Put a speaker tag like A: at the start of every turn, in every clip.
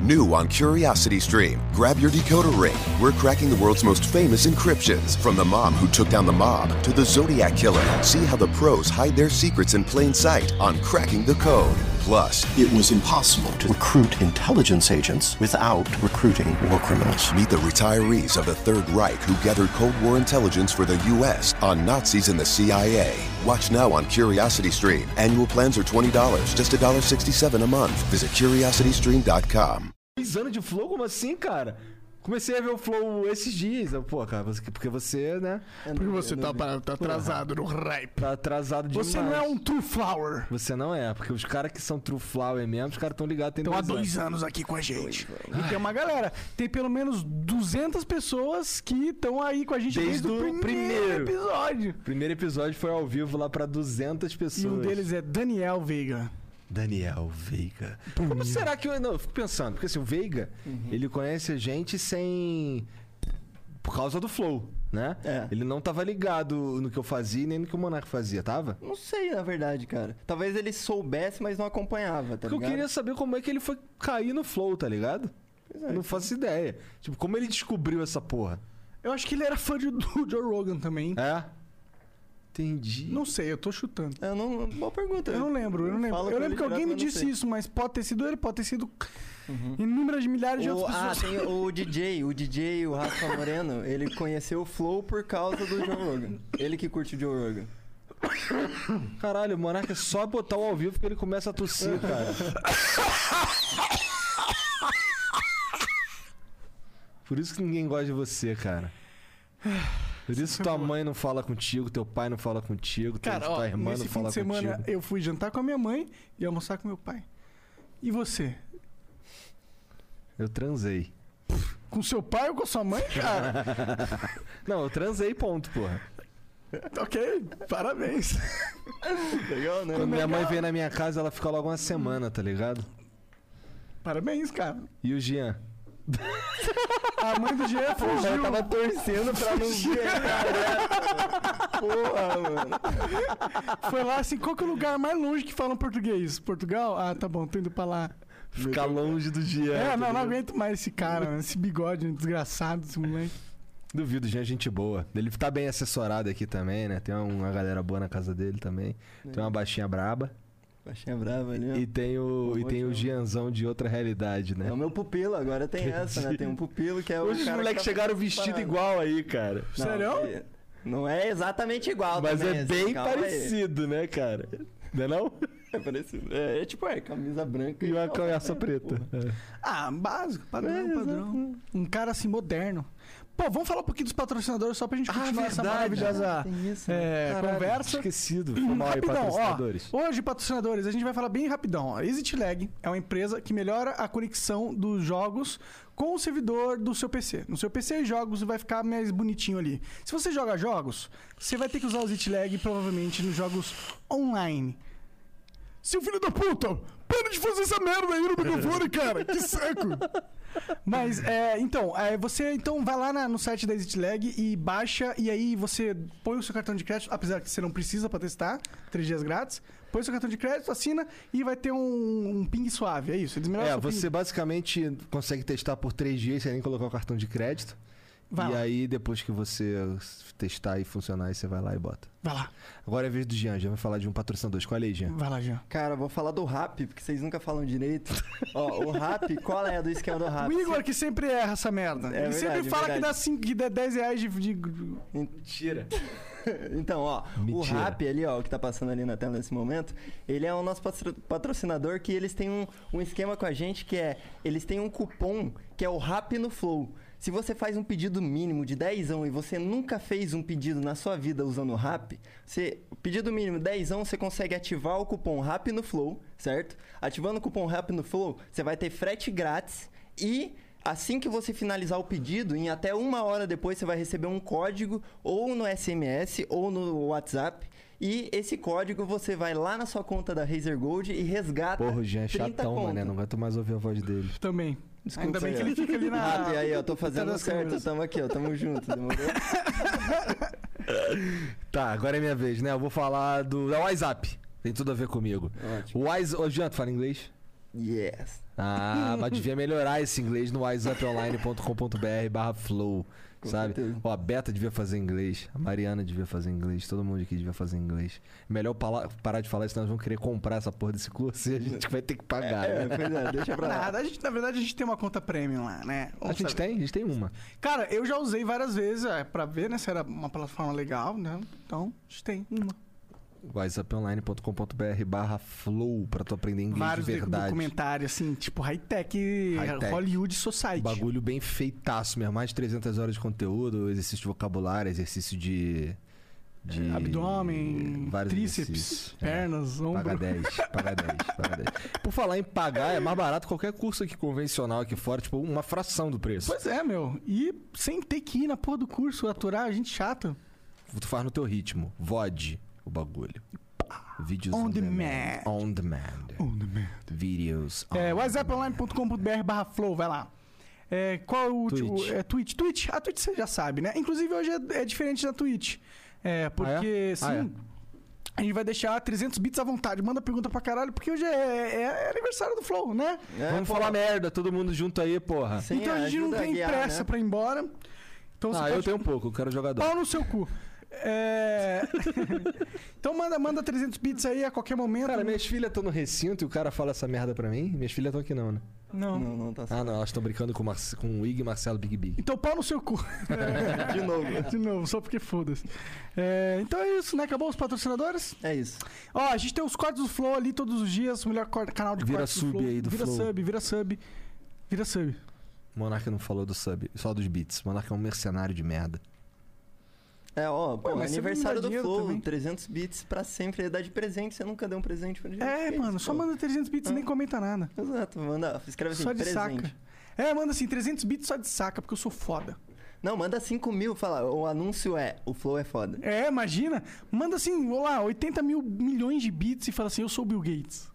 A: New on CuriosityStream. Grab your decoder ring. We're cracking the world's most famous encryptions. From the mom who took down the mob to the Zodiac killer. See how the pros hide their secrets in plain sight on Cracking the Code. Plus,
B: It was impossible to recruit intelligence agents without recruiting war criminals.
A: meet the retirees of the Third Reich who gathered Cold War intelligence for the U.S. on Nazis and the CIA. Watch now on CuriosityStream. Annual plans are $20, just $1.67 a month. Visit curiositystream.com.
C: Dois anos de flow? Como assim, cara? Comecei a ver o flow esses dias. Eu, Pô, cara, você- porque você, né?
D: Porque você tá, parado, tá atrasado no hype.
C: Tá atrasado demais.
D: Você não é um true flower.
C: Você não é, porque os caras que são true flower mesmo, os caras tão ligados, tem
D: Então há
C: dois,
D: dois
C: anos.
D: anos aqui com a gente.
E: E tem uma galera. Tem pelo menos 200 pessoas que estão aí com a gente
C: Desde
E: desde,
C: o
E: o primeiro,
C: primeiro.
E: episódio.
C: Primeiro episódio foi ao vivo lá pra 200 pessoas.
E: E um deles é Daniel Veiga.
C: Daniel Veiga. Como será que eu. Não, eu fico pensando, porque assim, o Veiga,
D: Uhum.
C: ele conhece a gente sem. Por causa do flow, né?
F: É.
C: Ele não tava ligado no que eu fazia nem no que o Monark fazia, tava?
F: Não sei, na verdade, cara. Talvez ele soubesse, mas não acompanhava, tá
C: Porque eu
F: ligado?
C: queria saber como é que ele foi cair no flow, tá ligado?
F: é,
C: eu
F: então.
C: não faço ideia. Tipo, como ele descobriu essa porra?
E: Eu acho que ele era fã de, do Joe Rogan também.
C: É? Entendi.
E: Não sei, eu tô chutando.
F: Eu não... Boa pergunta.
E: Eu não lembro, eu não lembro.
F: falo
E: Eu
F: com
E: lembro
F: ele
E: que alguém
F: direto,
E: me
F: mas não
E: disse
F: sei.
E: isso, mas pode ter sido ele, pode ter sido inúmeras milhares de
F: O,
E: outras
F: ah,
E: pessoas.
F: tem o DJ, o DJ, o Rafa Moreno, ele conheceu o Flow por causa do Joe Rogan. Ele que curte o Joe Rogan.
C: Caralho, o Monark é só botar o ao vivo que ele começa a tossir, cara. Por isso que ninguém gosta de você, cara. Por isso que tua mãe não fala contigo, teu pai não fala contigo,
E: Cara,
C: tua
E: ó,
C: irmã não
E: nesse fim
C: fala
E: de semana
C: tá contigo.
E: eu fui jantar com a minha mãe e almoçar com meu pai. E você?
C: Eu transei.
E: Com seu pai ou com sua mãe, cara?
C: Não, eu transei, ponto, porra.
E: ok, parabéns.
C: Tá
F: Legal, né?
C: Quando minha mãe vem na minha casa, ela fica logo uma semana, tá ligado?
E: Parabéns, cara.
C: E o Jean?
E: A mãe do Jean fugiu.
F: tava torcendo pra não ver.
E: né?
F: Porra, mano.
E: Foi lá assim, qual que é o lugar mais longe que falam português? Portugal? Ah, tá bom, tô indo pra lá.
C: Ficar longe do Jean.
E: É,
C: tá
E: não, não
C: ligado?
E: aguento mais esse cara, mano, esse bigode desgraçado, esse moleque.
C: Duvido, Jean é gente boa. Ele tá bem assessorado aqui também, né? Tem uma galera boa na casa dele também. Tem uma baixinha braba.
F: Baixinha brava ali, ó.
C: E tem o, e
F: Boa,
C: tem o
F: Jean.
C: Gianzão de outra realidade, né?
F: É o meu pupilo, agora tem essa, né? Tem um pupilo que é o
C: Hoje os
F: cara
C: moleques
F: que tá
C: chegaram vestidos
F: parado.
C: igual aí, cara.
F: Não,
E: Sério?
F: é- Não é exatamente igual
C: Mas é
F: também, assim,
C: bem
F: calma aí.
C: parecido, né, cara? Não é não?
F: É parecido. É, é tipo, é camisa branca
C: E uma
F: tal,
C: calhaça
F: né?
C: preta.
E: Ah, básico, padrão, padrão. Um cara assim, moderno. Pô, vamos falar um pouquinho dos patrocinadores só pra gente
C: Ah,
E: continuar essa
C: verdade.
E: maravilhosa
F: Tem isso, né?
E: é,
C: Caralho,
E: conversa.
C: Esquecido. Foi mal aí,
E: Uhum. rapidão,
C: patrocinadores.
E: ó. Hoje, patrocinadores, a gente vai falar bem rapidão. A ExitLag é uma empresa que melhora a conexão dos jogos com o servidor do seu PC. No seu PC, jogos vai ficar mais bonitinho ali. Se você joga jogos, você vai ter que usar o ExitLag provavelmente nos jogos online. Seu filho da puta, para de fazer essa merda aí no microfone, cara. Que saco. Mas, é, então, é, você então vai lá na- no site da ExitLag e baixa, e aí você põe o seu cartão de crédito, apesar que você não precisa pra testar, três dias grátis, põe o seu cartão de crédito, assina e vai ter um, um ping suave, é isso. Eles melhoram
C: É,
E: seu ping.
C: você basicamente consegue testar por três dias sem nem colocar o cartão de crédito.
E: Vai
C: e
E: lá.
C: aí, depois que você testar e funcionar, aí você vai lá e bota.
E: Vai lá,
C: Agora é a vez do Jean. Já vai falar de um patrocinador. Escolhe aí, Jean.
E: vai lá, Jean.
F: Cara, vou falar do rap, porque vocês nunca falam direito. Ó, o rap, qual é do esquema do rap?
E: O Igor que sempre erra essa merda.
F: É
E: Ele sempre
F: verdade,
E: fala
F: verdade.
E: que dá, cinco, que dá 10 reais de, de-
C: Mentira.
F: Então, ó, o
C: Mentira.
F: rap ali, ó, o que tá passando ali na tela nesse momento, ele é o nosso patro- patrocinador que eles têm um, um esquema com a gente que é, eles têm um cupom que é o rap no flow. Se você faz um pedido mínimo de 10 e você nunca fez um pedido na sua vida usando o rap, você, pedido mínimo 10 você consegue ativar o cupom rap no flow, certo? Ativando o cupom rap no flow, você vai ter frete grátis e Assim que você finalizar o pedido, em até uma hora depois você vai receber um código ou no SMS ou no WhatsApp. E esse código você vai lá na sua conta da Razer Gold e resgata.
C: Porra, o Jean é
F: 30
C: chatão,
F: conto.
C: mano. né? Não aguento mais ouvir a voz dele.
E: também.
F: Desculpa
E: Ainda bem
F: aí,
E: que
F: ó.
E: ele fica ali na...
F: Ah, e aí, eu tô
E: na ponta
F: fazendo
E: das
F: certo,
E: câmeras.
F: tamo aqui, ó, tamo junto, demorou?
C: Tá, agora é minha vez, né? Eu vou falar do da WhatsApp. é Tem tudo a ver comigo.
F: Ótimo.
C: O Wise... Ô, Jean, tu fala inglês?
F: Yes.
C: Ah, mas devia melhorar esse inglês no wiseuponline.com.br barra flow, sabe?
F: certeza.
C: Ó, a Beta devia fazer inglês, a Mariana devia fazer inglês, todo mundo aqui devia fazer inglês. Melhor pala- parar de falar isso, nós vamos querer comprar essa porra desse curso e a gente vai ter que pagar,
F: É,
C: né?
F: pois é, deixa pra lá.
E: Nada, a gente, na verdade, a gente tem uma conta premium lá, né?
C: A
E: Vamos
C: gente
E: saber.
C: tem? A gente tem uma.
E: Cara, eu já usei várias vezes é, pra ver, né, se era uma plataforma legal, né? Então, a gente tem uma.
C: wiseuponline.com.br barra flow pra tu aprender inglês
E: Vários
C: de
E: docu-
C: verdade.
E: documentários, assim, tipo high-tech,
C: High-tech.
E: Hollywood Society.
C: Bagulho bem feitaço mesmo. Mais de 300 horas de conteúdo, exercício de vocabulário, exercício de. de
E: Abdômen, tríceps,
C: exercícios. É.
E: pernas, ombro.
C: Paga 10, paga 10, paga 10. Por falar em pagar, é mais barato qualquer curso aqui convencional aqui fora, tipo, uma fração do preço.
E: Pois é, meu. E sem ter que ir na porra do curso, aturar a gente chata.
C: Tu faz no teu ritmo. VOD, o bagulho. Vídeos
E: On
C: on,
E: demand.
C: demand. On demand. Videos on
E: É,
C: demand.
E: whatsapponline.com.br barra flow, vai lá. É, qual o
C: Twitch.
E: último? É Twitch. Twitch, a Twitch você já sabe, né? Inclusive hoje é, é diferente da Twitch. É, porque
C: Ah,
E: sim.
C: é?
E: A gente vai deixar 300 bits à vontade. Manda pergunta pra caralho, porque hoje é, é- é aniversário do Flow, né?
F: É,
C: Vamos
F: pô,
C: falar merda, todo mundo junto aí, porra.
F: Sim,
E: então a gente não
F: ajuda a
E: tem
F: guiar,
E: pressa
F: né?
E: pra ir embora. Então você
C: Ah,
E: pode
C: eu tenho um pouco, eu quero jogador.
E: Pau no seu cu. É... então manda, manda 300 bits aí a qualquer momento.
C: Cara, minhas filhas estão no recinto e o cara fala essa merda pra mim. Minhas filhas estão aqui não, né?
E: Não.
F: Não, não tá certo.
C: Ah, não, elas estão brincando com, o Marce- com o Ig e Marcelo Big Big.
E: Então pau no seu cu.
F: De novo.
E: De novo, só porque foda-se. É, então é isso, né? Acabou os patrocinadores.
F: É isso.
E: Ó, a gente tem os cortes do Flow ali todos os dias, o melhor cor- canal de
C: Vira
E: cortes
C: sub
E: do Flow.
C: aí do
E: vira
C: Flow.
E: sub, vira sub. Vira sub.
C: Monarca não falou do sub, só dos beats. Monarca é um mercenário de merda.
F: É, ó, pô,
E: Ué, mas você
F: aniversário
E: não dá
F: do
E: dinheiro
F: Flow,
E: também?
F: 300 bits pra sempre, dá de presente, você nunca deu um presente pra gente.
E: É,
F: Que
E: mano,
F: isso,
E: só
F: pô?
E: manda 300 bits e nem comenta nada.
F: Exato, Ah. manda, escreve assim,
E: Só de
F: presente.
E: saca. É, manda assim, 300 bits só de saca, porque eu sou foda.
F: Não, manda 5 mil, fala, o anúncio é, o Flow é foda.
E: É, imagina. Manda assim, vou lá, 80 mil milhões de bits e fala assim, eu sou o Bill Gates.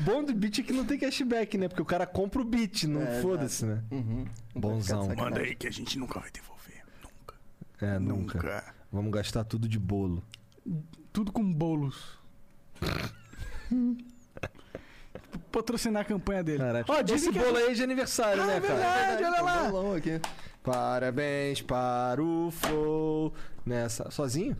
C: Bom do beat é que não tem cashback, né? Porque o cara compra o beat, não
F: É,
C: foda-se, né?
F: Uhum.
C: Bonzão.
F: Não pode ficar de
D: Manda
F: sacanagem.
D: aí que a gente nunca vai devolver. Nunca.
C: É, nunca.
D: Nunca.
C: Vamos gastar tudo de bolo.
E: Tudo com bolos. Patrocinar a campanha dele.
C: Caraca.
E: Ó, dizem
C: Esse
E: que-
C: bolo aí é de aniversário, né, cara?
E: Verdade, olha
F: Tem um
E: lá.
F: bolão aqui.
C: Parabéns para o Flow. Nessa. Sozinho?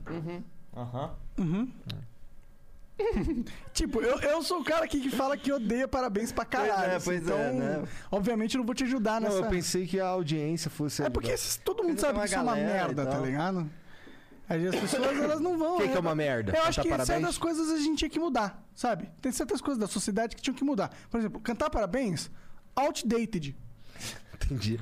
E: Tipo, eu, eu sou o cara aqui que fala que odeia parabéns pra caralho.
F: é, pois
E: então,
F: é, né?
E: obviamente, eu não vou te ajudar
C: Não,
E: nessa.
C: eu né? pensei que a audiência fosse.
E: É porque
C: ajudar.
E: esses- todo mundo
F: Porque
E: sabe que
F: tem uma
E: isso é uma
F: galera e
E: merda, tá
F: tal.
E: ligado? Aí as pessoas, elas não vão.
C: O que,
E: né?
C: que é uma merda?
E: Eu acho
C: Cantar
E: que
C: parabéns?
E: certas coisas a gente tinha que mudar, sabe? Tem certas coisas da sociedade que tinham que mudar. Por exemplo, cantar parabéns, outdated.
C: Entendi.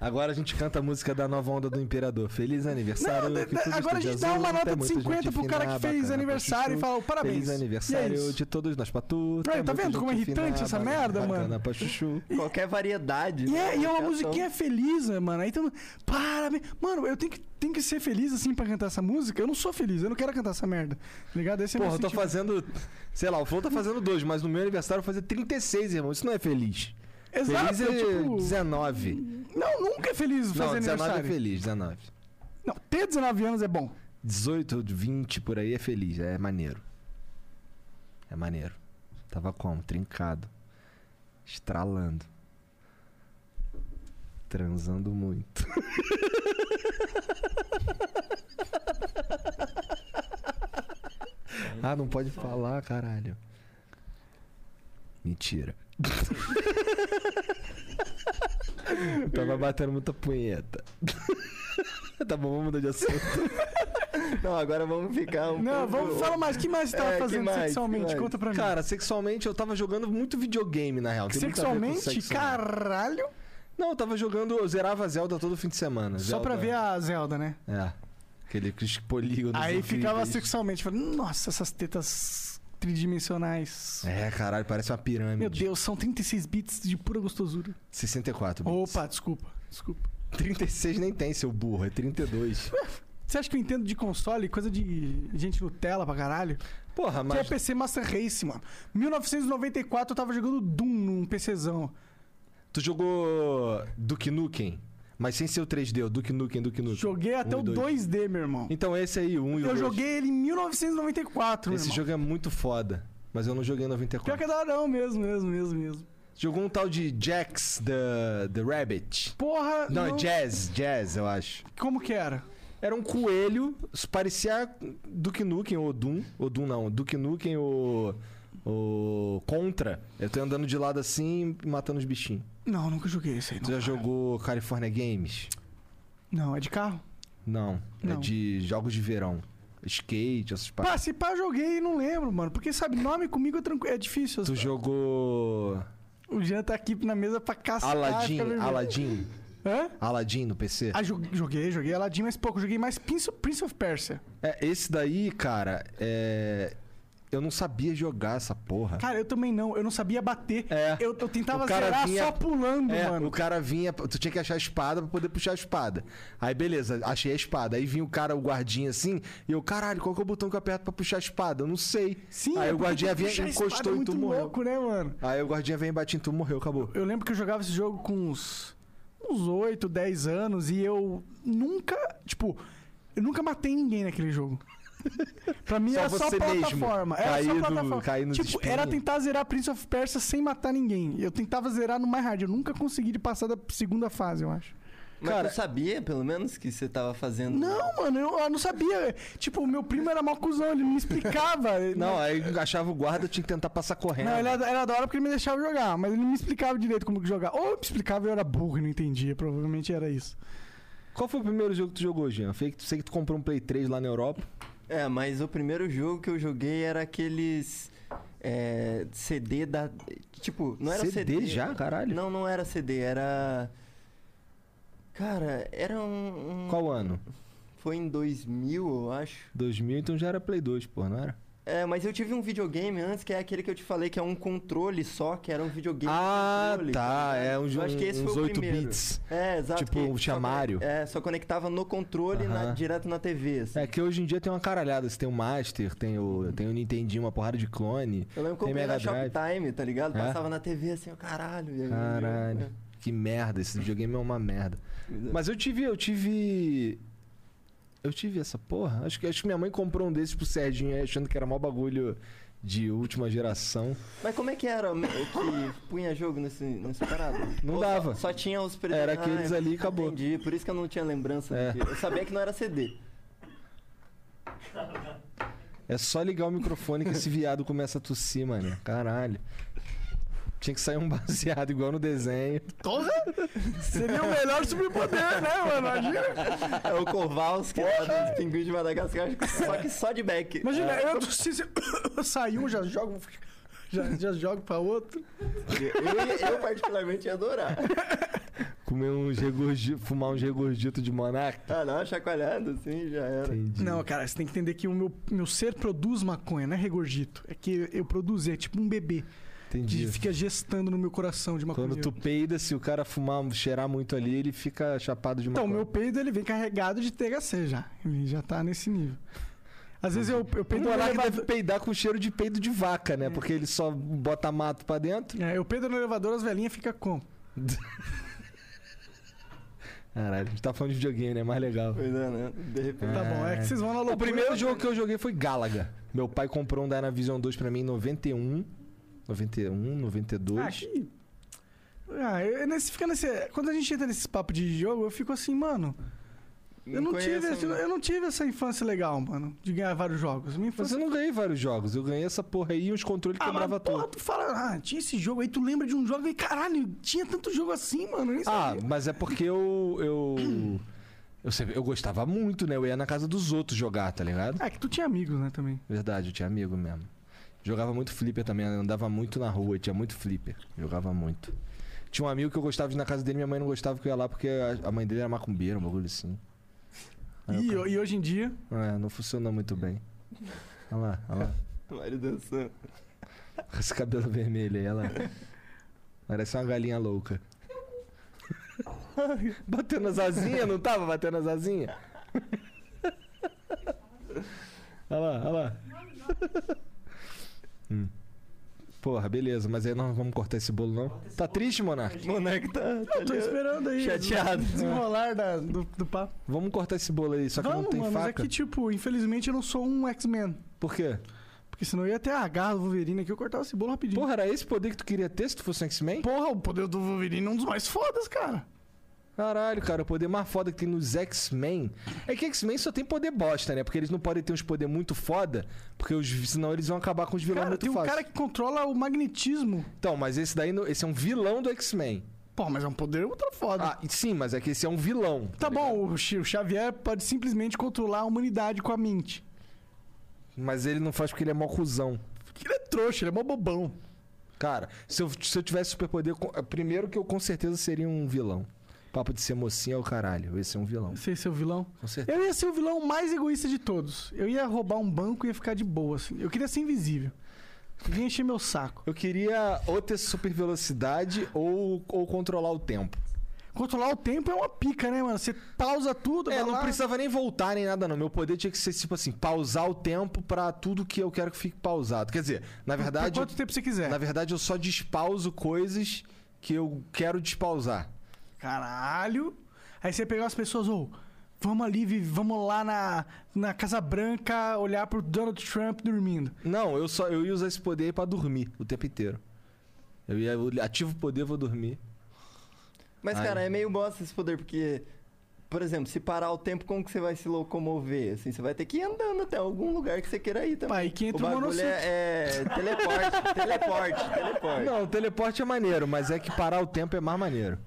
C: Agora a gente canta a música da nova onda do Imperador. Feliz aniversário.
E: Não,
C: que
E: de- de-
C: tudo
E: agora a gente
C: esteja
E: dá uma
C: azul,
E: nota
C: tem
E: de
C: muita
E: 50
C: gente
E: pro cara
C: fina,
E: que fez
C: bacana,
E: aniversário
C: pra
E: e fala,
C: chuchu.
E: parabéns.
C: Feliz
E: E é
C: aniversário
E: isso.
C: de todos nós pra tu.
E: Aí,
C: tem
E: tá
C: muita
E: vendo como é
C: gente fina,
E: irritante essa
C: bacana,
E: merda,
C: bacana
E: mano?
C: pra chuchu.
F: Qualquer variedade.
E: E é,
F: né?
E: e é uma
F: Variação.
E: musiquinha feliz, né, mano. Aí todo mundo, parabéns. Mano, eu tenho que, tenho que ser feliz assim pra cantar essa música. Eu não sou feliz, eu não quero cantar essa merda. tá Ligado? Esse é
C: Porra,
E: meu
C: eu tô
E: sentimento.
C: fazendo. Sei lá, o Flow tá fazendo dois, mas no meu aniversário eu vou fazer 36, irmão. Isso não é feliz.
E: Exato,
C: feliz é
E: tipo,
C: 19.
E: Não, nunca é feliz fazer
C: Não, 19 é
E: aniversário.
C: feliz, 19.
E: Não, ter 19 anos é bom.
C: 18, 20 por aí é feliz, é maneiro. É maneiro. Tava como? Trincado. Estralando. Transando muito. ah, não pode falar, caralho. Mentira. Eu tava batendo muita punheta. tá bom, vamos mudar de assunto.
F: Não, agora vamos ficar um
E: Não,
F: pouco-
E: vamos falar mais. O que mais você tava
F: É, que
E: fazendo
F: mais, que
E: sexualmente?
F: mais?
E: Conta pra mim.
C: Cara, sexualmente eu tava jogando muito videogame, na real. Tem muito a ver com
E: sexualmente?
C: sexo, né?
E: Caralho.
C: Não, eu tava jogando, eu zerava Zelda todo fim de semana.
E: Só pra ver a Zelda, né?
C: É. Aquele aqueles polígonos.
E: Aí
C: incríveis.
E: ficava sexualmente. Falando, Nossa, essas tetas tridimensionais.
C: É, caralho, parece uma pirâmide.
E: Meu Deus, são 36 bits de pura gostosura.
C: 64 bits.
E: Opa, desculpa, desculpa.
C: 36 nem tem, seu burro, é 32.
E: Você acha que eu entendo de console? Coisa de gente Nutella pra caralho?
C: Porra,
E: Mas...
C: mas.
E: Que é PC Master Race, mano. 1994 eu tava jogando Doom num PCzão.
C: Tu jogou Duke Nukem? mas sem ser o 3D, o Duke Nukem, Duke Nukem.
E: Joguei até
C: Um
E: o
C: e dois.
E: 2D, meu irmão.
C: Então esse aí, o 1 e o
E: Eu
C: 2.
E: joguei ele em 1994,
C: Esse
E: meu irmão.
C: jogo é muito foda, mas eu não joguei em
E: Pior
C: 94.
E: que é da hora não, mesmo, mesmo, mesmo, mesmo.
C: Jogou um tal de Jax the, the Rabbit.
E: Porra,
C: Não,
E: não,
C: é Jazz, Jazz, eu acho.
E: como que era?
C: Era um coelho, parecia Duke Nukem ou Doom. Ou Doom não, Duke Nukem ou, ou Contra. Eu tô andando de lado assim, matando os bichinhos.
E: Não, nunca joguei esse aí, não.
C: Você já jogou California Games?
E: Não, é de carro?
C: Não, é
E: Não.
C: de jogos de verão. Skate, essas paradas.
E: Pá, se pá, joguei e não lembro, mano. Porque, sabe, nome comigo é, tranquilo, é difícil.
C: Tu jogou
E: O Jean tá aqui na mesa pra caçar.
C: Aladdin,
E: fica vermelho.
C: Aladdin,
E: Hã?
C: Aladdin no PC?
E: Ah, jo- joguei, joguei Aladdin mais pouco. Joguei mais Prince of, Prince of Persia.
C: É, esse daí, cara, é... eu não sabia jogar essa porra.
E: Cara, eu também não. Eu não sabia bater.
C: É.
E: É. Eu, eu tentava
C: O cara
E: zerar
C: vinha-
E: só pulando,
C: É,
E: mano.
C: o cara vinha, tu tinha que achar a espada pra poder puxar a espada. Aí beleza, achei a espada. Aí vinha o cara, o guardinha assim, e eu, caralho, qual que é o botão que eu aperto pra puxar a espada? Eu não sei.
E: Sim,
C: Aí
E: é
C: o
E: porque
C: guardinha
E: tu
C: vinha,
E: puxa a espada,
C: encostou
E: é
C: e
E: muito
C: tu morreu.
E: louco, né, mano?
C: Aí o guardinha vem e bate em tu, morreu, acabou.
E: Eu lembro que eu jogava esse jogo com uns, uns 8, 10 anos e eu nunca, tipo, eu nunca matei ninguém naquele jogo. Pra mim
C: Só
E: era só
C: você mesmo.
E: plataforma. Era
C: Caído-
E: só plataforma.
C: cair nos
E: tipo,
C: espinhos.
E: era tentar zerar Prince of Persia sem matar ninguém. Eu tentava zerar no mais hard. Eu nunca consegui de passar da segunda fase, eu acho.
F: Mas
C: Cara-
F: tu sabia, pelo menos, que você tava fazendo.
E: Não, mano, eu, eu não sabia. Tipo, o meu primo era mal cuzão, ele não me explicava.
C: Não, é. aí eu achava o guarda, eu tinha que tentar passar correndo.
E: Não, ele era, era da hora porque ele me deixava jogar, mas ele não me explicava direito como que jogar. Ou eu me explicava e eu era burro e não entendia, provavelmente era isso.
C: Qual foi o primeiro jogo que tu jogou, Jean? Sei que tu, sei que tu comprou um Play 3 lá na Europa.
F: É, mas o primeiro jogo que eu joguei era aqueles. é, CD da. Tipo, não era
C: CD
F: CD.
C: já? Caralho.
F: Não, não era CD, era. Cara, era um. um-
C: Qual ano?
F: Foi em 2000, eu acho.
C: 2000, então já era Play 2, pô, não era?
F: É, mas eu tive um videogame antes, que é aquele que eu te falei, que é um controle só, que era um videogame.
C: Ah,
F: com controle,
C: tá,
F: ligado?
C: é um
F: Eu
C: jogo
F: acho que esse
C: uns
F: foi o
C: 8
F: primeiro.
C: bits.
F: É, exato.
C: Tipo,
F: que
C: o chamário.
F: Só, é, só conectava no controle, na-
C: Aham.
F: direto na TV. assim.
C: É que hoje em dia tem uma caralhada. Você tem o Master, tem o, tem o Nintendinho, uma porrada de clone.
F: Eu lembro que eu
C: tem
F: comprei
C: Mega
F: na
C: Drive.
F: Shoptime, tá ligado?
C: É.
F: Passava na TV assim, ó, caralho. e aí né? eu- É.
C: Caralho. Que merda, esse videogame é uma merda. Mas eu tive, eu tive. Eu tive essa porra. Acho que, acho que minha mãe comprou um desses pro Serginho aí, achando que era mó bagulho de última geração.
F: Mas como é que era o que punha jogo nesse, nessa parada?
C: Não
F: Ou
C: dava.
F: Só, só tinha os pre-
C: Era aqueles ali e acabou.
F: Entendi, por isso que eu não tinha lembrança.
C: É.
F: daquilo. Eu sabia que não era CD.
C: É só ligar o microfone que esse viado começa a tossir, mano. Caralho. Tinha que sair um baseado igual no desenho.
E: Seria o melhor superpoder, né, mano? Imagina.
F: É o Kowalski lá dos pinguins de Madagascar, acho que só que só de É, back.
E: Imagina, eu tossi, se eu sair um, já jogo. Já, já jogo pra outro.
F: Eu, eu particularmente ia adorar.
C: Comer uns regurgi... fumar uns regurgito de monarca.
F: Ah, não, chacoalhado, assim, já era.
C: Entendi.
E: Não, cara, você tem que entender que o meu, meu ser produz maconha, não é regurgito. É que eu produzi, é tipo um bebê que
C: entendi.
E: fica gestando no meu coração de maconha.
C: Quando tu peida, se o cara fumar, cheirar muito ali, ele fica chapado de
E: Então,
C: maconha.
E: meu peido ele vem carregado de THC já. Ele já tá nesse nível. Às vezes eu, eu
C: O
E: peido no
C: monarca um deve
E: elevador.
C: peidar com cheiro de peido de vaca, né? Porque ele só bota mato pra dentro.
E: É, eu peido no elevador, as velhinhas ficam como?
C: Caralho, a gente tá falando de videogame, né? Mais legal.
F: Pois é, né? De repente.
E: Tá
C: É.
E: bom, é que vocês vão na loucura.
C: O primeiro jogo que eu joguei foi Galaga. Meu pai comprou um Dynavision 2 pra mim em 91. 91, 92.
E: Ah, que- Ah, eu, eu nesse, fica nesse, quando a gente entra nesses papos de jogo, eu fico assim, mano. Eu não, tive,
F: conheço,
E: esse-
C: né?
E: eu não tive essa infância legal, mano, de ganhar vários jogos. Minha
C: Mas
E: infância.
C: eu não ganhei vários jogos. Eu ganhei essa porra aí e uns controles
E: Ah,
C: quebrava
E: mas, porra,
C: tudo.
E: tu fala, ah, tinha esse jogo aí, tu lembra de um jogo e caralho, tinha tanto jogo assim, mano. eu nem
C: Ah,
E: sabia.
C: mas é porque eu. Eu, eu, sempre- eu gostava muito, né? Eu ia na casa dos outros jogar, tá ligado?
E: É que tu tinha amigos, né, também.
C: Verdade, eu tinha amigo mesmo. Jogava muito flipper também, andava muito na rua, tinha muito flipper. Jogava muito. Tinha um amigo que eu gostava de ir na casa dele, minha mãe não gostava que eu ia lá porque a- a mãe dele era macumbeira, um bagulho assim. Aí Ah, eu
E: E, e hoje em dia,
C: É, não funciona muito bem. Olha lá, olha lá.
F: né? Mário dançando.
C: Com Esse cabelo vermelho aí, olha lá. Parece uma galinha louca. batendo as asinhas, não tava batendo as asinhas? olha lá, olha lá. Hum. Porra, beleza, mas aí nós não vamos cortar esse bolo, não. Tá triste, Monark?
F: Monark tá. tá
E: Eu tô
C: é
F: ali-
E: esperando aí.
F: Chateado.
E: o Desenrolar da- do, do papo.
C: Vamos cortar esse bolo aí, só que
E: Vamos,
C: não tem
E: mano, mas é
C: faca.
E: que, tipo, infelizmente eu não sou um X-Men.
C: Por quê?
E: Porque senão eu ia até agarrar o Wolverine aqui, eu cortava esse bolo rapidinho.
C: Porra, era esse poder que tu queria ter se tu fosse um X-Men?
E: Porra, o poder do Wolverine é um dos mais fodas, cara.
C: Caralho, cara, o poder mais foda que tem nos X-Men é que X-Men só tem poder bosta, né? Porque eles não podem ter uns poder muito foda, porque os, senão eles vão acabar com os vilões
E: Cara,
C: muito
E: tem um
C: fácil.
E: cara que controla o magnetismo.
C: Então, mas esse daí, não- esse é um vilão do X-Men.
E: Pô, mas é um poder ultra foda.
C: Ah, e sim, mas é que esse é um vilão.
E: tá bom, o Chi- o Xavier pode simplesmente controlar a humanidade com a mente.
C: Mas ele não faz porque ele é mó cuzão.
E: Porque ele é trouxa, ele é mó bobão.
C: Cara, se eu, se eu tivesse superpoder, co- primeiro que eu com certeza seria um vilão. Papo de ser mocinha é o caralho. Eu ia ser um vilão.
E: Você ia ser é o vilão?
C: Com certeza.
E: Eu ia ser o vilão mais egoísta de todos. Eu ia roubar um banco e ia ficar de boa, assim. Eu queria ser invisível. Ninguém encher meu saco.
C: Eu queria ou ter super velocidade ou, ou controlar o tempo.
E: Controlar o tempo é uma pica, né, mano? Você pausa tudo,
C: É,
E: vai
C: não
E: lá-
C: precisava nem voltar nem nada, não. Meu poder tinha que ser, tipo assim, pausar o tempo pra tudo que eu quero que fique pausado. Quer dizer, na
E: Por
C: verdade. eu-
E: quanto tempo é? você quiser.
C: Na verdade, eu só despauso coisas que eu quero despausar.
E: Caralho. Aí você pegou as pessoas, ou vamos ali, vi- vamos lá na, na Casa Branca olhar pro Donald Trump dormindo.
C: Não, eu só eu ia usar esse poder aí pra dormir o tempo inteiro. Eu ia eu ativo o poder, vou dormir.
F: Mas,
C: Ai.
F: cara, é meio bosta esse poder, porque. Por exemplo, se parar o tempo, como que você vai se locomover? Assim, você vai ter que ir andando até algum lugar que você queira ir também.
E: Pá, e que entra um
F: o
E: o
F: bagulho
E: monociclo.
F: é, é teleporte, teleporte, teleporte.
C: Não, o teleporte é maneiro, mas é que parar o tempo é mais maneiro.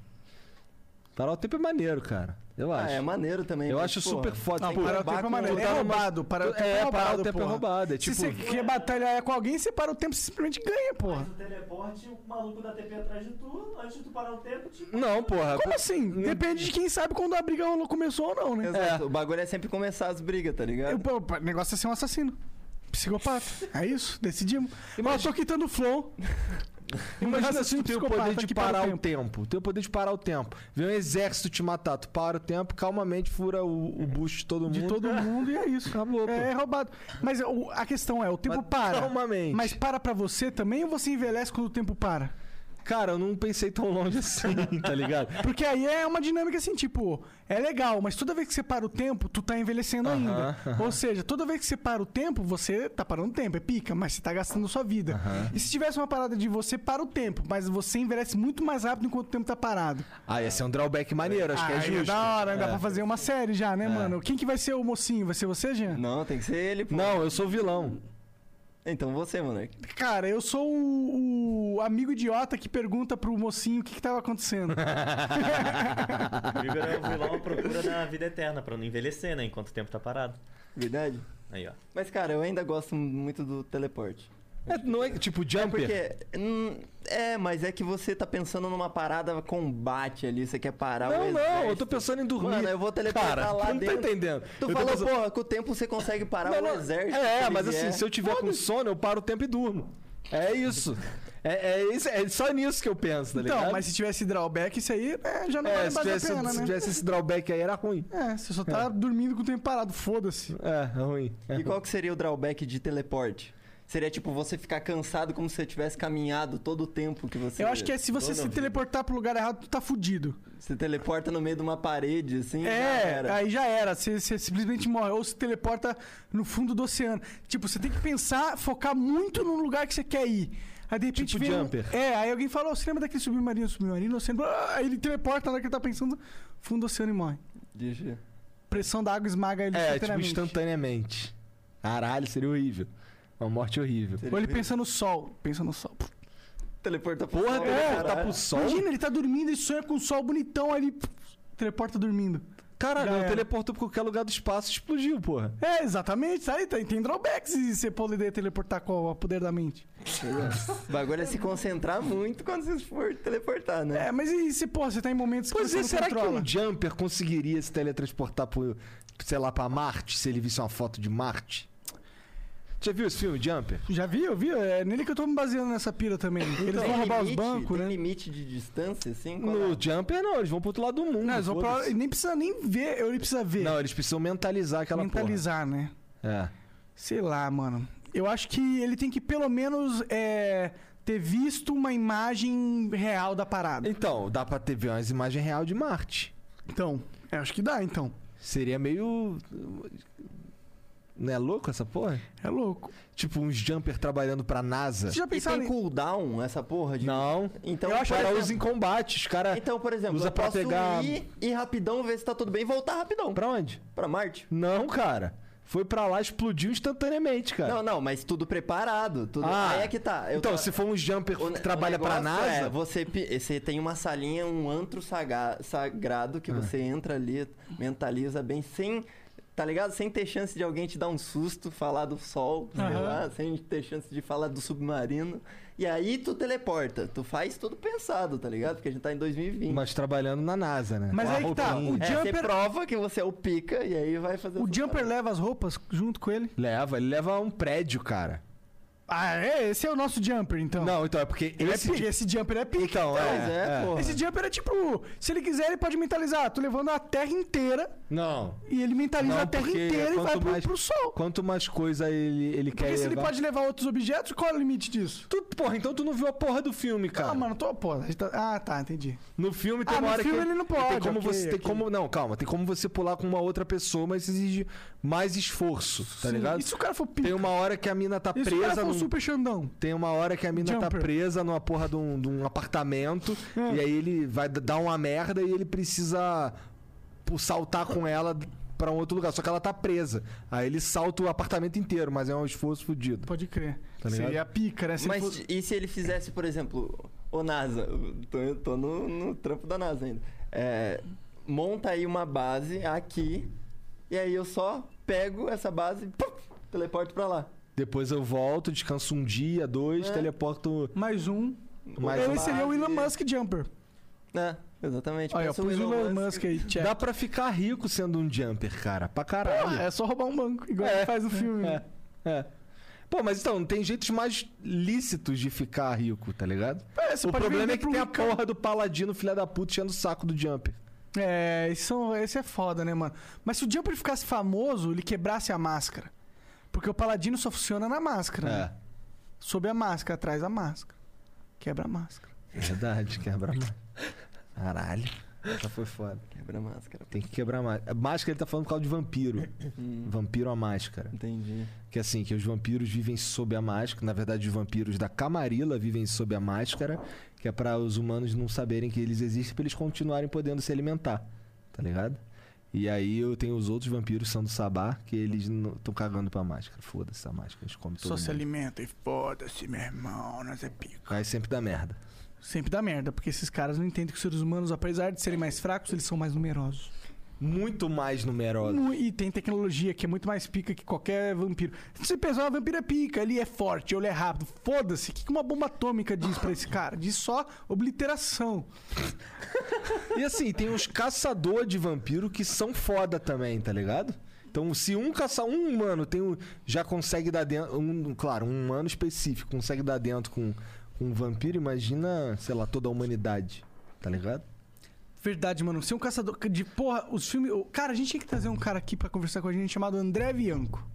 C: Parar o tempo é maneiro, cara. Eu
F: ah,
C: acho.
F: é maneiro também.
C: eu
F: mas,
C: acho
F: pô,
C: super foda.
E: Não,
C: Tem que
E: parar o
C: acabar
E: tempo é
C: com-
E: maneiro.
C: tu
E: É
C: tá numa-
E: roubado, parar o tempo é
C: É, parar
E: roubado,
C: o tempo é
E: porra.
C: roubado. É
E: Se
C: tipo.
E: você quer batalhar com alguém, você para o tempo, você simplesmente ganha, porra.
G: Faz o teleporte, o maluco da TP atrás de tu, antes de tu parar o tempo, te
C: Não, porra.
E: Como assim? Depende de quem sabe quando a briga rolou- começou ou não, né?
F: Exato, o bagulho é sempre começar as brigas, tá ligado?
E: Eu- pô, O negócio é ser um assassino. Psicopata. É isso? Decidimos. Mas eu tô quitando o flow.
C: Imagina se
E: Raciocínio
C: tu tem o Tá
E: psicopata
C: poder de
E: que para o
C: parar o
E: tempo.
C: tempo. Tem o poder de parar o tempo. Vem um exército te matar, tu para o tempo, calmamente fura o, o bucho de todo mundo.
E: De todo mundo e é isso.
C: Acabou, pô.
E: É, roubado. Mas o- a questão é, o tempo
C: Mas
E: para.
C: calmamente.
E: Mas para pra você também ou você envelhece quando o tempo para?
C: Cara, eu não pensei tão longe assim, tá ligado?
E: Porque aí é uma dinâmica assim, tipo, é legal, mas toda vez que você para o tempo, tu tá envelhecendo ainda. Ou seja, toda vez que você para o tempo, você tá parando o tempo, é pica, mas você tá gastando sua vida. E se tivesse uma parada de você para o tempo, mas você envelhece muito mais rápido enquanto o tempo tá parado?
C: Ah, ia ser um drawback maneiro, acho que é
E: Aí
C: justo.
E: Ah, da hora, dá pra fazer uma série já, né, mano? Quem que vai ser o mocinho? Vai ser você, Jean?
F: Não, tem que ser ele, pô.
C: Não, eu sou vilão.
F: Então você, Monark.
E: Cara, eu sou o, o amigo idiota que pergunta pro mocinho o que, que tava acontecendo.
C: Tá
G: Primeiro é o vilão à procura da vida eterna, pra não envelhecer, né? Enquanto o tempo tá parado.
F: Verdade?
G: Aí, ó.
F: Mas, cara, eu ainda gosto muito do teleporte.
C: É, não é tipo jumper?
F: Porque. hum, é, mas é que você tá pensando numa parada combate ali, você quer parar o
C: Não, não,
F: um exército.
C: eu tô pensando em dormir.
F: Mano, eu vou teleportar
C: Cara,
F: lá
C: tu não tá
F: dentro.
C: entendendo.
F: Tu
C: Eu tô
F: falou,
C: pensando-
F: porra, com o tempo você consegue parar
C: Não,
F: o
C: não,
F: exército.
C: É,
F: que
C: mas
F: ele
C: assim,
F: é.
C: se eu tiver com sono, eu paro o tempo e durmo. É isso. É, é, isso- é só nisso que eu penso, tá ligado?
E: Então, mas se tivesse drawback, isso aí é, já não
C: É,
E: vale
C: se
E: mais
C: tivesse,
E: a pena,
C: se
E: né?
C: tivesse esse drawback aí, era ruim.
E: É, você só tá dormindo com o tempo parado, foda-se.
C: É, é ruim. É
F: E
C: ruim.
F: qual que seria o drawback de teleporte? Seria tipo você ficar cansado como se você tivesse caminhado todo o tempo que você.
E: Eu acho que é se você
F: Dona
E: se
F: vida.
E: teleportar pro lugar errado, tu tá fudido.
F: Você teleporta no meio de uma parede, assim. já
E: É,
F: era.
E: aí já era. Você, você simplesmente morre. Ou se teleporta no fundo do oceano. Tipo, você tem que pensar, focar muito no lugar que você quer ir. Aí de repente
C: Tipo
E: vem. um-
C: Jumper.
E: É, aí alguém fala, "Ô, você lembra daquele submarino, submarino, oceano? Ah, Aí ele teleporta na hora que ele tá pensando, fundo do oceano e morre.
F: Deixa.
E: Pressão da água esmaga ele
C: É, tipo,
E: instantaneamente.
C: instantaneamente. Caralho, seria horrível. Uma morte horrível.
E: Ou ele pensa no sol. Pensa no sol.
F: Teleporta pro
C: Porra,
F: sol,
C: é,
F: caralho.
C: tá pro sol.
E: Imagina, ele tá dormindo e sonha com um sol bonitão ali. Teleporta dormindo.
C: Caralho,
E: Já
C: eu
E: era.
C: teleportou pra qualquer lugar do espaço e explodiu, porra.
E: É, exatamente, sabe? Tem, tem drawbacks e você poder teleportar com o poder da mente.
F: O bagulho é se concentrar muito quando você for teleportar, né?
E: É, mas e se, pô, você tá em momentos que
C: Pois
E: você
C: é,
E: não
C: será que
E: controla?
C: um jumper conseguiria se teletransportar pro, sei lá, pra Marte, se ele visse uma foto de Marte? Já viu esse filme, Jumper?
E: Já vi, eu vi. É nele que eu tô me baseando nessa pira também.
C: Então,
E: Eles
F: Então, Tem
E: vão roubar os
F: limite?
E: bancos,
F: Tem
E: né?
F: limite de distância, assim? Qual é?
C: No Jumper, não, eles vão pro outro lado do mundo.
E: Não, eles vão pra...
C: foda-se.
E: Nem precisa nem ver, eu- ele precisa ver.
C: Não, eles precisam mentalizar aquela
E: mentalizar, né?
C: porra. É.
E: Sei lá, mano. Eu acho que ele tem que pelo menos é, ter visto uma imagem real da parada.
C: Então, dá pra ter ver umas imagens real de Marte.
E: Então, eu acho que dá, então.
C: Seria meio. Não é louco essa porra?
E: É louco.
C: Tipo, uns jumper trabalhando pra NASA.
E: Vocês já
F: E
E: pensaram
F: tem
E: em...
F: cooldown essa porra de.
C: Não.
F: Então,
C: eu acho que
F: por
C: ela
F: exemplo-
C: usa em combate. Os caras.
F: Então, por exemplo,
C: usa
F: eu
C: pra
F: posso
C: pegar.
F: ir, ir rapidão, ver se tá tudo bem e voltar rapidão. Pra,
C: Pra onde?
F: Marte.
C: Não, cara. Foi pra lá, explodiu instantaneamente, cara.
F: Não, não, mas tudo preparado. Tudo...
C: Ah.
F: Aí é que tá. eu
C: então,
F: tô-
C: se for um jumper
F: O ne-
C: que trabalha
F: o
C: pra
F: negócio
C: NASA.
F: É, você, pi- você tem uma salinha, um antro saga- sagrado que você entra ali, mentaliza bem, sem. Tá ligado? Sem ter chance de alguém te dar um susto, falar do sol, sei
E: Aham.
F: lá, sem ter chance de falar do submarino. E aí tu teleporta. Tu faz tudo pensado, tá ligado? Porque a gente tá em 2020.
C: Mas trabalhando na NASA, né?
E: Mas
C: Com a
E: aí que tá,
C: roupinha.
E: o
F: É,
E: Jumper-
F: você prova que você é o pica e aí vai fazer
E: O
F: essa
E: Jumper leva as roupas junto com ele?
C: Leva, ele leva um prédio, cara.
E: Ah, é? Esse é o nosso Jumper, então.
C: Não, então é porque
E: Ele é
C: esse.
E: pique, esse Jumper é pique.
C: Então,
F: parada.
C: é,
F: Pois é,
C: é.
F: porra.
E: Esse Jumper é tipo... Se ele quiser, ele pode mentalizar. "Ah, Tô levando a Terra inteira
C: Não.
E: e ele mentaliza
C: Não,
E: a Terra
C: porque
E: inteira e vai
C: quanto
E: pro,
C: mais-
E: pro Sol.
C: Quanto mais coisa ele, ele quer
E: Porque se ele
C: levar-
E: pode levar outros objetos, qual é o limite disso?
C: Tu, porra, então tu não viu a porra do filme, cara.
E: Ah, mano, tô... Pô, a gente tá- Ah, tá, entendi.
C: No filme tem
E: Ah,
C: uma
E: no
C: hora
E: filme
C: que
E: ele não pode,
C: Tem como
E: ok,
C: você tem
E: ok.
C: como não, calma, tem como você pular com uma outra pessoa, mas exige mais esforço, tá
E: Sim.
C: ligado?
E: E se o cara for pica?
C: Tem uma hora que a mina tá
E: E se o cara
C: presa
E: for
C: num...
E: super Xandão?
C: Tem uma hora que a mina tá
E: Jumper. É.
C: presa numa porra de um, de um apartamento e aí ele vai d- dar uma merda e ele precisa pu- saltar com ela pra um outro lugar, só que ela tá presa. Aí ele salta o apartamento inteiro, mas é um esforço fudido.
E: Pode crer.
C: Tá ligado?
E: Seria a pica, né? Se ele
F: Mas
E: fosse-
F: e se ele fizesse, por exemplo, o NASA? Eu Tô, eu tô no, no trampo da NASA ainda. É, monta aí uma base aqui, e aí eu só pego essa base e puf, teleporto pra lá.
C: Depois eu volto, descanso um dia, dois,
F: É.
C: teleporto
E: Mais um.
C: mais Ah, tipo,
E: ele
C: uma-
E: seria o Elon Musk Jumper.
F: É, exatamente.
E: Olha, eu
F: Pensa
E: pus o Elon Musk aí, check.
C: Dá pra ficar rico sendo um jumper, cara. Pra caralho.
E: Ah, é só roubar um banco, igual
C: É.
E: ele faz no filme. né?
C: É. Pô, mas então, tem jeitos mais lícitos de ficar rico, tá ligado?
E: É, você
C: o
E: pode
C: problema
E: vender
C: é que
E: pro
C: tem a
E: Ricardo.
C: porra do paladino, filha da puta, enchendo o saco do Jumper.
E: É, esse, são- esse é foda, né, mano? Mas se o Jumper ficasse famoso, ele quebrasse a máscara. Porque o Paladino só funciona na máscara,
C: É.
E: né? Sob a máscara, atrás da máscara. Quebra a máscara.
C: É verdade, quebra mais. Caralho. Já foi foda.
F: Quebra a máscara.
C: Tem que quebrar máscara. Máscara ele tá falando por causa de vampiro. Vampiro a máscara.
F: Entendi.
C: Que assim, que os vampiros vivem sob a máscara. Na verdade, os vampiros da Camarilla vivem sob a máscara, que é pra os humanos não saberem que eles existem, pra eles continuarem podendo se alimentar, tá ligado? E aí eu tenho os outros vampiros são do Sabá, que eles estão cagando pra máscara. Foda-se a máscara, eles comem todo
E: Só
C: mundo.
E: se
D: Alimenta e foda-se, meu irmão, nós é pica.
C: Aí sempre dá merda.
E: Sempre dá merda, porque esses caras não entendem que os seres humanos, apesar de serem mais fracos, eles são mais numerosos.
C: Muito mais numerosa.
E: Mu- E tem tecnologia que é muito mais pica que qualquer vampiro. Se você pensar, ah, vampiro é pica, ele é forte, ele é rápido. Foda-se, o que que uma bomba atômica diz pra esse cara? Diz só obliteração.
C: E assim, tem os caçadores de vampiro que são foda também, tá ligado? Então, se um caçar um humano, tem um, já consegue dar dentro. Um, claro, um humano específico consegue dar dentro com, com um vampiro, imagina, sei lá, toda a humanidade, tá ligado?
E: Verdade, mano. Você é um caçador de porra, os filmes. o- Cara, a gente tinha que trazer um cara aqui pra conversar com a gente chamado André Bianco.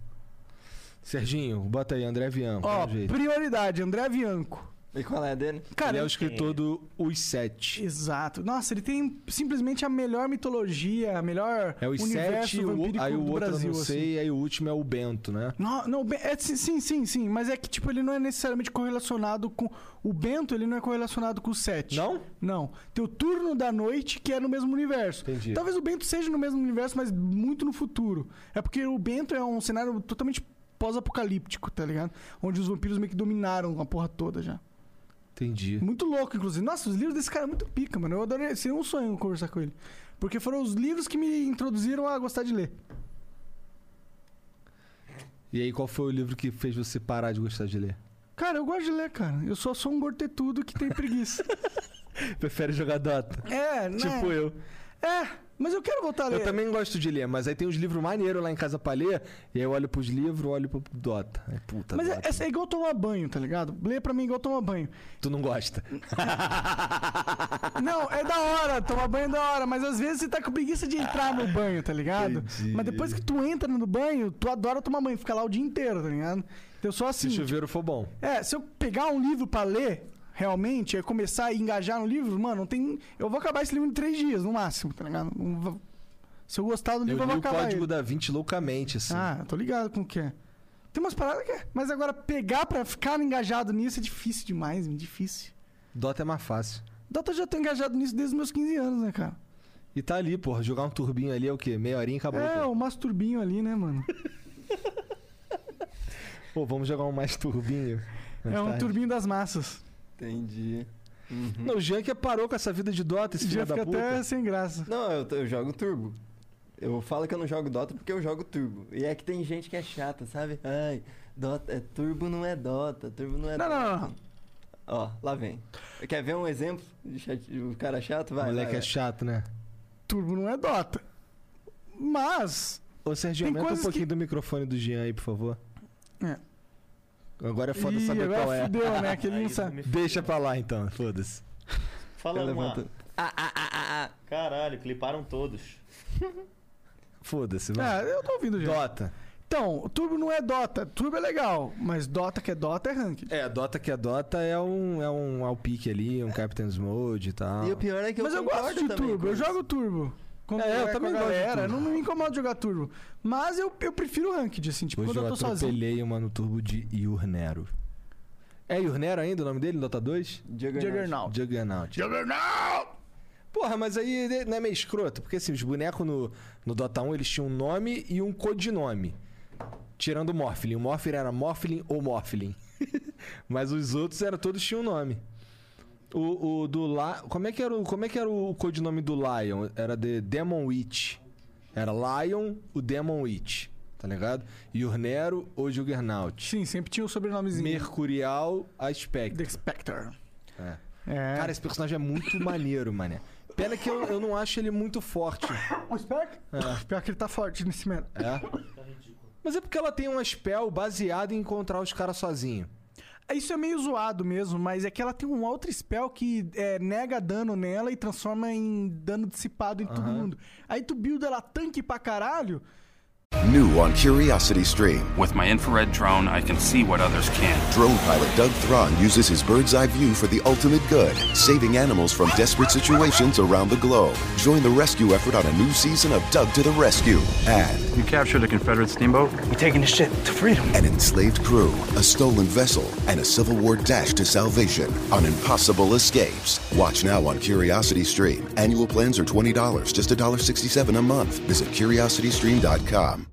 C: Serginho, bota aí, André Vian.
E: Ó,
C: Ó, jeito.
E: prioridade, André Bianco.
F: E qual é a dele?
E: Cara,
C: Ele é o escritor do Os Sete.
E: Exato. Nossa, ele tem simplesmente a melhor mitologia, a melhor
C: É Os
E: universo
C: Sete, o-
E: vampírico
C: aí o
E: do
C: outro
E: Brasil,
C: eu não
E: assim.
C: sei, aí o último é o Bento, né?
E: Não, não, Ben- é, sim, sim, sim, sim, mas é que tipo ele não é necessariamente correlacionado com o Bento, ele não é correlacionado com o Sete.
C: Não?
E: Não. Tem o Turno da Noite que é no mesmo universo.
C: Entendi.
E: Talvez o Bento seja no mesmo universo, mas muito no futuro. É porque o Bento é um cenário totalmente pós-apocalíptico, tá ligado? Onde os vampiros meio que dominaram a porra toda já.
C: Entendi.
E: Muito louco, inclusive. Nossa, os livros desse cara é muito pica, mano. Eu adorei, seria um sonho conversar com ele. Porque foram os livros que me introduziram a gostar de ler.
C: E aí, qual foi o livro que fez você parar de gostar de ler?
E: Cara, eu gosto de ler, cara. Eu só sou um gortetudo que tem preguiça.
C: Prefere jogar Dota?
E: É, né?
C: Tipo eu.
E: É, mas eu quero voltar a ler.
C: Eu também gosto de ler, mas aí tem uns livros maneiros lá em casa pra ler, e aí eu olho pros livros, olho pro Dota. Aí, puta,
E: Mas é,
C: Dota.
E: é igual tomar banho, tá ligado? Ler pra mim é igual tomar banho.
C: Tu não gosta.
E: Não, é da hora, tomar banho é da hora, mas às vezes você tá com preguiça de entrar no banho, tá ligado?
C: Entendi.
E: Mas depois que tu entra no banho, tu adora tomar banho, fica lá o dia inteiro, tá ligado? Eu só
C: Se
E: assim.
C: o chuveiro for bom.
E: É, se eu pegar um livro pra ler, realmente, eu começar a engajar no livro, mano, não tem. Eu vou acabar esse livro em três dias, no máximo, tá ligado? Não vou- Se eu gostar do
C: Eu
E: livro, eu,
C: li
E: vou
C: o
E: acabar.
C: código
E: ele.
C: da 20 loucamente, assim.
E: Ah, eu tô ligado com o que é. Tem umas paradas que é. Mas agora, pegar pra ficar engajado nisso é difícil demais, meu, difícil.
C: Dota é mais fácil.
E: Dota eu já tô engajado nisso desde os meus 15 anos, né, cara?
C: E tá ali, porra. Jogar um turbinho ali é o quê? Meia horinha e acabou.
E: É,
C: pô.
E: o masturbinho ali, né, mano?
C: Pô, vamos jogar um mais turbinho. Mais
E: É um
C: tarde.
E: turbinho das massas.
F: Entendi.
C: Não, o Jean que parou com essa vida de Dota, esse filho
E: Já
C: da
E: fica
C: puta.
E: até sem graça.
F: Não, eu, eu jogo turbo. Eu falo que eu não jogo Dota porque eu jogo turbo. E é que tem gente que é chata, sabe? Ai, Dota, é, turbo não é Dota, turbo não é
E: Não,
F: Dota.
E: não, não.
F: Ó, lá vem. Quer ver um exemplo de chat- de um cara chato? Vai,
C: Moleque
F: vai,
C: é
F: vai.
C: chato, né?
E: Turbo não é Dota. Mas.
C: Ô, Serginho,
E: Tem
C: aumenta um
E: coisas
C: pouquinho
E: que-
C: do microfone do Jean aí, por favor.
E: É.
C: Agora é foda
E: Ih,
C: saber
E: agora
C: qual é.
E: fudeu, né? Que ele
G: Aí
E: não
G: tu
E: sabe.
G: me fudeu.
C: Deixa pra lá então, foda-se.
G: Fala uma.
F: Levanta. Ah, ah, ah, ah, ah.
G: Caralho, cliparam todos.
C: Foda-se, vai.
E: É, eu tô ouvindo já.
C: Dota.
E: Então, Turbo não é Dota. Turbo é legal, mas Dota que é Dota é Ranked.
C: É, Dota que é Dota é um, é um Alpique ali,
E: É.
C: um Captain's Mode e tal.
F: E o pior é que
E: mas
F: eu
E: eu gosto
F: concordo
E: de
F: também
E: Turbo,
F: com
E: eu
F: isso.
E: jogo Turbo. Quando
C: É, eu
E: com a
C: também gosto de
E: galera,
C: Turbo.
E: Não me incomoda jogar Turbo. Mas eu, eu prefiro Ranked, assim, tipo,
C: Hoje
E: quando
C: eu
E: eu tô sozinho.
C: atropelei uma no turbo de Iurnero. É Iurnero ainda o nome dele, no Dota 2?
F: Juggernaut.
E: Juggernaut.
C: Juggernaut. Porra, mas aí né, não é meio escroto, porque assim, os bonecos no, no Dota 1 eles tinham um nome e um codinome. Tirando o Morphling. O Morphling era Morphling ou Morphling. mas os outros era, todos tinham um nome. O, o do La... Como é que era o, como é que era o codinome do Lion? Era The Demon Witch. Era Lion, o Demon Witch. Tá ligado? E o Nero ou Juggernaut.
E: Sim, sempre tinha o sobrenomezinho.
C: Mercurial, a
E: The
C: Spectre.
E: Spectre.
C: É.
E: É.
C: Cara, esse personagem é muito maneiro, mané. Pena que eu, eu não acho ele muito forte.
E: o Spectre? Pior que ele tá forte nesse momento.
C: É. Mas é porque ela tem um spell baseado em encontrar os caras sozinho.
E: Isso é meio zoado mesmo, mas é que ela tem um outro spell que é, nega dano nela e transforma em dano dissipado em todo mundo. Aí tu builda ela tanque pra caralho.
A: New on Curiosity Stream,
H: With my infrared drone, I can see what others can't.
A: drone pilot Doug Thron uses his bird's eye view for the ultimate good, saving animals from desperate situations around the globe. Join the rescue effort on a new season of Doug to the Rescue and
H: You captured a Confederate steamboat?
A: an enslaved crew, a stolen vessel, and a Civil War dash to salvation on impossible escapes. Watch now on Curiosity Stream. Annual plans are $20, just $1.67 a month. Visit curiositystream.com.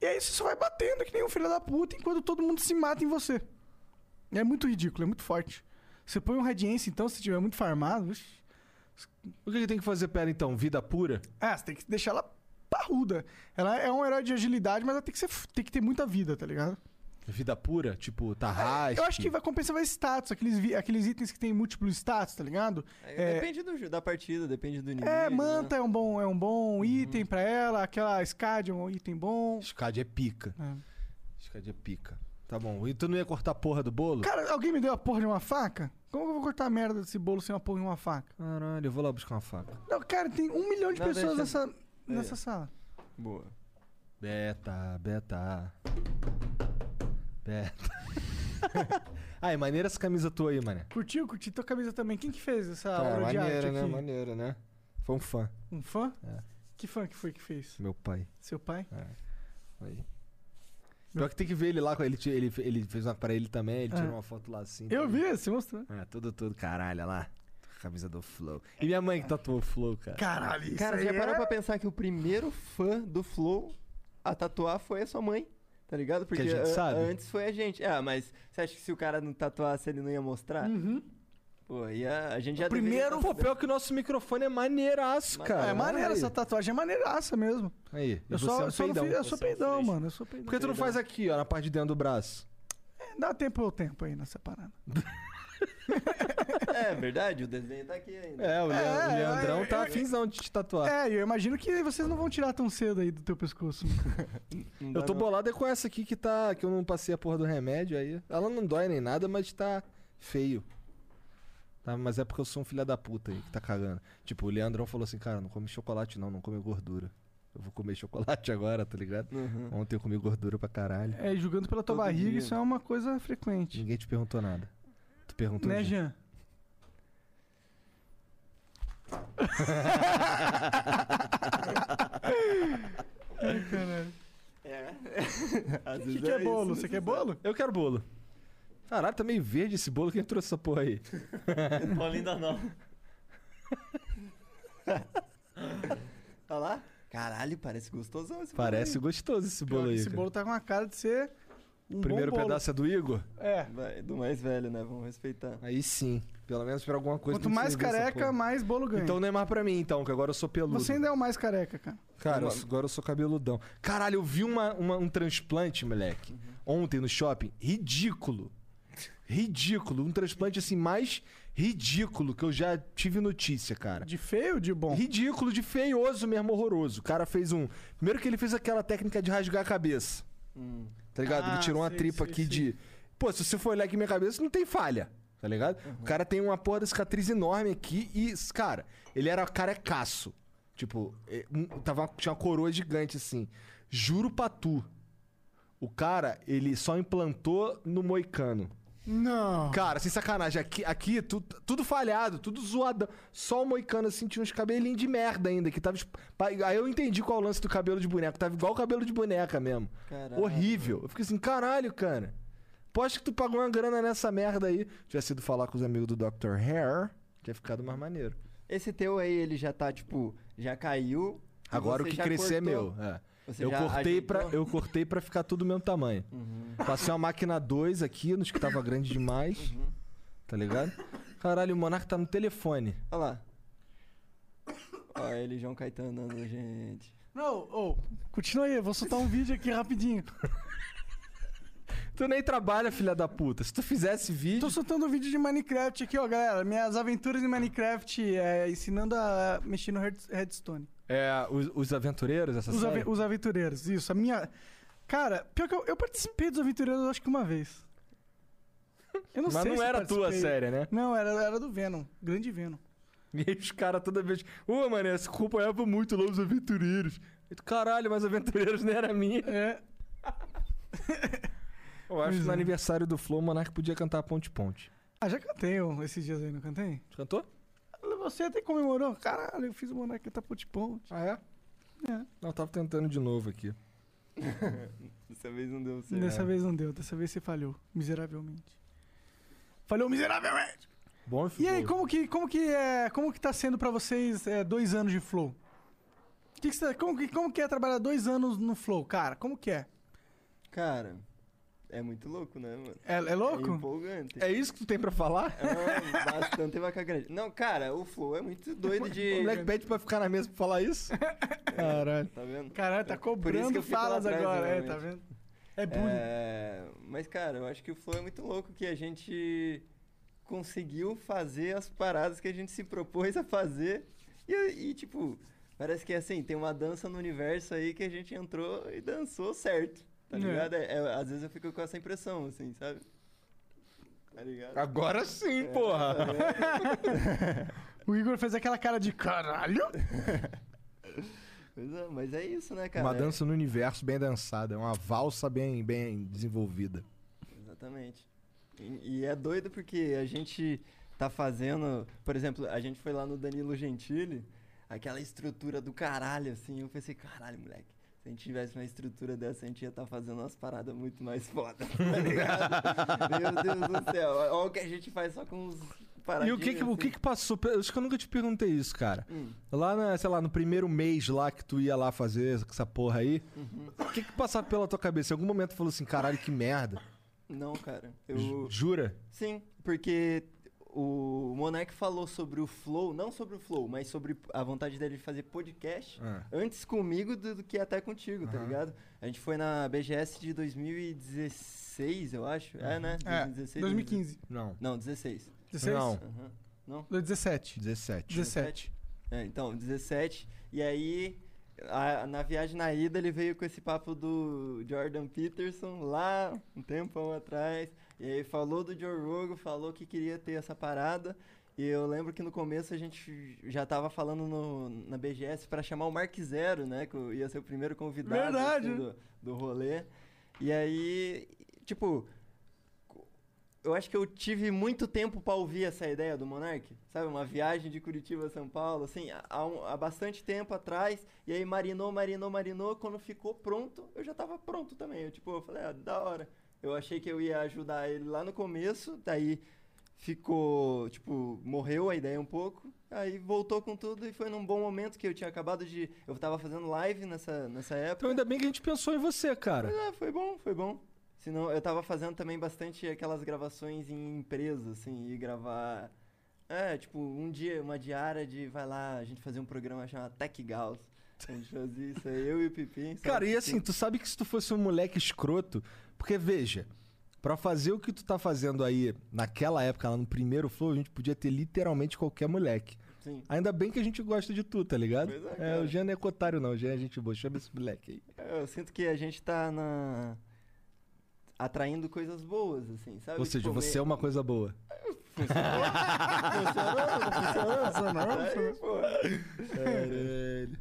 E: E aí você só vai batendo que nem um filho da puta enquanto todo mundo se mata em você. É muito ridículo, é muito forte. Você põe um Radiance, então, se tiver muito farmado. Ixi.
C: O que, que tem que fazer pra ela então? Vida pura?
E: É, você tem que deixar ela parruda. Ela é um herói de agilidade, mas ela tem que, ser, tem que ter muita vida, tá ligado?
C: Vida pura? Tipo, tarrasque?
E: Eu acho que vai compensar mais status, aqueles, vi- aqueles itens que tem múltiplos status, tá ligado?
F: É, Depende do, ju- da partida, depende do nível. né? Uhum.
E: É, manta é um bom, é um bom item pra ela, aquela Scad é um item bom.
C: Scad é pica.
E: É.
C: Scad é pica. Tá bom. E tu não ia cortar a porra do bolo?
E: Cara, alguém me deu a porra de uma faca? Como que eu vou cortar a merda desse bolo sem uma porra de uma faca?
C: Caralho, eu vou lá buscar uma faca.
E: Não, cara, tem um milhão de
F: Não,
E: pessoas
F: deixa-
E: nessa, nessa sala.
F: Boa.
C: Beta, beta. Beta. Ai, maneira essa camisa tua aí, mané.
E: Curtiu? Curti tua camisa também. Quem que fez essa
C: Cara,
E: obra de arte
C: maneira,
E: aqui?
C: né? Maneira, né? Foi um fã,
E: Um fã?
C: É. Ah,
E: Que fã que foi que fez?
C: meu pai.
E: Seu pai?
C: Aí. Pior que tem que ver ele lá, com- ele, ti- ele, ele fez uma pra ele também, ele tirou uma foto lá assim.
E: É. Eu
C: tá
E: vi, você mostrou.
C: ligado? É, tudo, tudo, caralho, olha lá. camisa do Flow. E minha mãe que tatuou o Flow, cara.
E: Caralho, isso
F: Cara,
E: aí
F: já parou
E: é-
F: pra pensar que o primeiro fã do Flow a tatuar foi a sua mãe? Tá ligado? Porque
C: gente
F: a-
C: sabe.
F: antes foi a gente. Ah, mas você acha que se o cara não tatuasse, ele não ia mostrar? Uhum. Pô, e a, a gente já deveria
C: Primeiro, pô,
F: tatuar.
C: pior que o nosso microfone é maneiraço, cara.
E: É maneira
C: Aí.
E: essa tatuagem, é maneiraça mesmo.
C: Aí, e
E: Eu
C: você é
E: só,
C: um
E: eu só não
C: peidão.
E: fiz- eu sou
F: Você é um
E: peidão,
F: fresco.
E: mano. Eu sou peidão.
C: Por que tu não faz aqui, ó, na parte de dentro do braço?
E: Dá tempo ao tempo aí nessa parada.
F: É verdade, o desenho tá aqui ainda.
C: É, o, Le-
E: É,
C: o Leandrão
E: eu-
C: tá
E: eu-
C: afinzão de te tatuar.
E: É, e eu imagino que vocês não vão tirar tão cedo aí do teu pescoço.
F: Não dá
C: eu tô
F: não.
C: bolado é com essa aqui que tá. que eu não passei a porra do remédio aí. Ela não dói nem nada, mas tá feio. Tá, mas é porque eu sou um filho da puta aí que tá cagando. Tipo, o Leandrão falou assim, cara, não come chocolate não, não come gordura. Eu vou comer chocolate agora, tá ligado?
E: Uhum.
C: Ontem eu comi gordura pra caralho.
E: É, julgando pela tua
F: Todo
E: barriga,
F: dia.
E: isso é uma coisa frequente.
C: Ninguém te perguntou nada. Tu perguntou
E: Né,
C: gente?
E: Jean?
F: É. Às
E: O É. que,
F: vezes
E: que é
F: isso,
E: bolo?
F: né?
E: Você quer bolo?
C: Eu quero bolo. Caralho, tá meio verde esse bolo. Quem trouxe essa porra aí?
F: Paulinho da Nova. Olha Tá lá. Caralho, parece gostosão esse bolo
C: Parece
F: aí.
C: gostoso esse
E: Pior
C: bolo
E: que
C: aí.
E: esse
C: cara.
E: bolo tá com a cara de ser um
C: Primeiro
E: bom bolo.
C: pedaço é do Igor?
E: É.
F: Vai, do mais velho, né? Vamos respeitar.
C: Aí sim. Pelo menos pra alguma coisa.
E: Quanto
C: não
E: mais
C: precisa dessa
E: careca,
C: porra.
E: mais bolo ganha.
C: Então não é mais pra mim, então, que agora eu sou peludo.
E: Você ainda é o mais careca, cara.
C: Cara, eu- agora eu sou cabeludão. Caralho, eu vi uma, uma- um transplante, moleque,
E: Uhum.
C: ontem no shopping. Ridículo. Ridículo. Um transplante, assim, mais ridículo que eu já tive notícia, cara.
E: De feio ou de bom?
C: Ridículo de feioso mesmo, horroroso. O cara fez um. Primeiro que ele fez aquela técnica de rasgar a cabeça. Tá ligado?
E: Ah,
C: ele tirou uma
E: sei,
C: tripa
E: sei,
C: aqui
E: sei.
C: de. Pô, se você for olhar aqui minha cabeça, não tem falha. Tá ligado? O cara tem uma porra da cicatriz enorme aqui e, cara, ele era carecaço. Tipo, eh, um- tava, tinha uma coroa gigante assim. Juro pra tu. O cara, ele só implantou no moicano.
E: Não.
C: Cara, sem sacanagem, aqui, aqui tu- tudo falhado, tudo zoadão. Só o Moicano assim tinha uns cabelinhos de merda ainda, que tava. esp- pa- Aí eu entendi qual é o lance do cabelo de boneca. Tava igual o cabelo de boneca mesmo.
F: Caralho.
C: Horrível. Eu fiquei assim, caralho, cara. Posso que tu pagou uma grana nessa merda aí. Tivesse ido falar com os amigos do Dr. Hair, tinha ficado mais maneiro.
F: Esse teu aí, ele já tá, tipo, já caiu. e
C: Agora o
F: você
C: que
F: já
C: crescer é
F: cortou.
C: meu. é.
F: Você
C: Eu
F: já
C: cortei,
F: ajeitou?
C: pra, eu cortei pra ficar tudo do mesmo tamanho. Passei uma máquina 2 aqui, nos que tava grande demais. Tá ligado? Caralho, o Monark tá no telefone.
F: Olha lá. Ó, ele e João Caetano andando, gente.
E: Não, ô, continua aí, eu vou soltar um vídeo aqui rapidinho.
C: Tu nem trabalha, filha da puta. Se tu fizesse vídeo.
E: Tô soltando um vídeo de Minecraft aqui, ó, galera. Minhas aventuras em Minecraft, é, ensinando a mexer no Red- Redstone.
C: É, os, os aventureiros, essa
E: Os,
C: série?
E: ave- os aventureiros, isso. A minha. Cara, pior que eu, eu participei dos aventureiros, eu acho que uma vez. Eu não
C: Mas
E: sei
C: não
E: se eu
C: era a tua
E: participei.
C: série, né?
E: Não, era, era do Venom. Grande Venom.
C: E aí os caras toda vez. Ô, mano, eu acompanhava muito lá os aventureiros. Eu, Caralho, mas aventureiros não era minha.
E: É.
C: Eu acho
E: Pois
C: que no
E: é.
C: aniversário do Flow, o Monark podia cantar Ponte Ponte.
E: Ah, já cantei ó, esses dias aí, não cantei?
C: Tu Cantou?
E: Você até comemorou? Caralho, eu fiz o boneco tá ponte ponte.
C: Ah, é?
E: É.
C: Não, eu tava tentando de novo aqui.
F: Dessa vez não deu certo.
E: Dessa vez não deu, dessa vez você falhou. Miseravelmente. Falhou miseravelmente!
C: Bom,
E: E aí, como que, como que é. Como que tá sendo pra vocês é, dois anos de flow? Que que você- como, que, como que é trabalhar dois anos no flow, cara? Como que é?
F: Cara, é muito louco, né, mano?
E: É, é louco?
F: É empolgante.
C: É isso que tu tem pra falar?
F: É uma- bastante vaca grande. Não, cara, o Flow é muito doido de.
C: O moleque pede pra ficar na mesa pra falar isso? Caralho.
F: Tá vendo?
E: Caralho, tá
F: Por isso que
E: cobrando
F: eu fico lá
E: falas
F: atrás,
E: agora, é,
F: normalmente.
E: tá vendo? É bullying.
F: É, mas, cara, eu acho que o Flow é muito louco que a gente conseguiu fazer as paradas que a gente se propôs a fazer. E, e, tipo, parece que é assim, tem uma dança no universo aí que a gente entrou e dançou certo. Tá
E: É.
F: ligado? É, é, às vezes eu fico com essa impressão, assim, sabe? Tá ligado?
C: Agora sim, porra.
E: O Igor fez aquela cara de caralho.
F: Pois é, mas é isso, né, cara?
C: uma dança no universo bem dançada, é uma valsa bem, bem desenvolvida.
F: Exatamente. E, e é doido porque a gente tá fazendo. Por exemplo, a gente foi lá no Danilo Gentili, aquela estrutura do caralho, assim. Eu pensei, caralho, moleque. Se a gente tivesse uma estrutura dessa, a gente ia estar fazendo umas paradas tá muito mais foda, tá ligado? Meu Deus do céu. Olha o que a gente faz só com os
C: E o que que, o que que passou? pe- Acho que eu nunca te perguntei isso, cara.
F: Hum.
C: Lá, na, sei lá, no primeiro mês lá que tu ia lá fazer essa porra aí,
F: Uhum.
C: o que que passava pela tua cabeça? Em algum momento tu falou assim, caralho, que merda.
F: Não, cara.
C: Ju-
F: Eu...
C: Jura?
F: Sim, porque o Monark falou sobre o Flow, não sobre o Flow, mas sobre a vontade dele de fazer podcast
C: Ah.
F: antes comigo do, do que até contigo, tá ligado? A gente foi na BGS de 2016, eu acho. É, né?
E: É, 2015.
C: Não.
F: Não, 16.
E: 16?
C: Não.
F: Aham. Não?
E: 17.
C: 17.
E: 17.
F: É, então, 17. E aí, a- na viagem na ida, ele veio com esse papo do Jordan Peterson lá um tempão atrás. E aí falou do Joe Rogan, falou que queria ter essa parada. E eu lembro que no começo a gente já tava falando no- na BGS pra chamar o Mark Zero, né? Que ia ser o primeiro convidado assim,
E: Verdade.
F: do, do rolê. E aí, tipo, eu acho que eu tive muito tempo pra ouvir essa ideia do Monark, sabe? Uma viagem de Curitiba a São Paulo, assim, há, há um- há bastante tempo atrás. E aí marinou, marinou, marinou. Quando ficou pronto, eu já tava pronto também. Eu, tipo, eu falei, ah, da hora. Eu achei que eu ia ajudar ele lá no começo, daí ficou, tipo, morreu a ideia um pouco. Aí voltou com tudo e foi num bom momento que eu tinha acabado de. Eu tava fazendo live nessa, nessa época.
C: Então ainda bem que a gente pensou em você, cara.
F: Mas, é, foi bom, foi bom. Senão, eu tava fazendo também bastante aquelas gravações em empresa, assim, e gravar. É, tipo, um dia, uma diária de vai lá, a gente fazer um programa chamado Tech Gauss. A gente fazia isso aí, eu e o Pipim. sabe?
C: Cara, e assim, tu sabe que se tu fosse um moleque escroto, porque veja, pra fazer o que tu tá fazendo aí naquela época, lá no primeiro flow, a gente podia ter literalmente qualquer moleque.
F: Sim.
C: Ainda bem que a gente gosta de tu, tá ligado?
F: Pois é,
C: É,
F: cara.
C: o Jean não é cotário, não. O Jean é gente boa. Chama esse moleque aí.
F: Eu sinto que a gente tá na. atraindo coisas boas, assim, sabe?
C: Ou seja,
F: Tipo,
C: você é
F: meio-
C: uma coisa boa.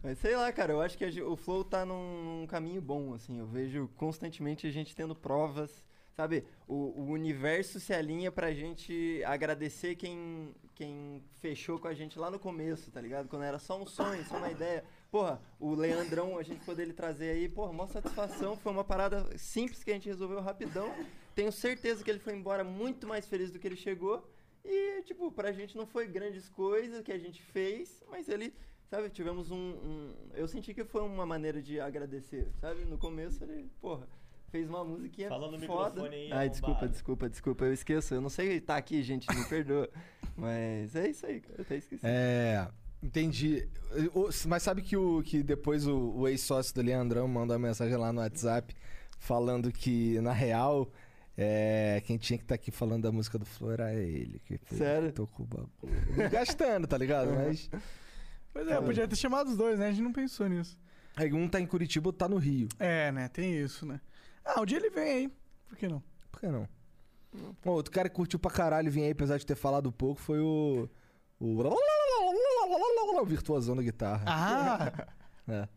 F: Mas sei lá, cara, eu acho que a ge- o Flow tá num, num caminho bom, assim. Eu vejo constantemente a gente tendo provas, sabe? O, o universo se alinha pra gente agradecer quem, quem fechou com a gente lá no começo, tá ligado? Quando era só um sonho, só uma ideia. Porra, o Leandrão, a gente poder ele trazer aí, porra, maior satisfação. Foi uma parada simples que a gente resolveu rapidão. Tenho certeza que ele foi embora muito mais feliz do que ele chegou. E, tipo, pra gente não foi grandes coisas que a gente fez, mas ele, sabe, tivemos um, um- Eu senti que foi uma maneira de agradecer, sabe? No começo ele, porra, fez uma musiquinha
G: Fala no
F: foda.
G: microfone aí, é
F: Ai, desculpa,
G: arrombado.
F: desculpa, desculpa, eu esqueço. Eu não sei tá aqui, gente, me perdoa. mas é isso aí, cara, eu até esqueci.
C: É. Entendi. O- Mas sabe que, o, que depois o, o ex-sócio do Leandrão mandou uma mensagem lá no WhatsApp falando que, na real, é, quem tinha que estar aqui falando da música do Flor era ele. Que fez-
F: Sério?
C: Tô com o bagulho. Gastando, tá ligado? Mas.
E: Pois é, podia ter chamado os dois, né? A gente não pensou nisso.
C: Aí um tá em Curitiba, outro tá no Rio.
E: É, né? Tem isso, né? Ah, um dia ele vem aí. Por que não?
C: Por que não? Bom, outro cara que curtiu pra caralho vir aí, apesar de ter falado pouco, foi o. O. O virtuosão da guitarra.
E: Ah,
C: É.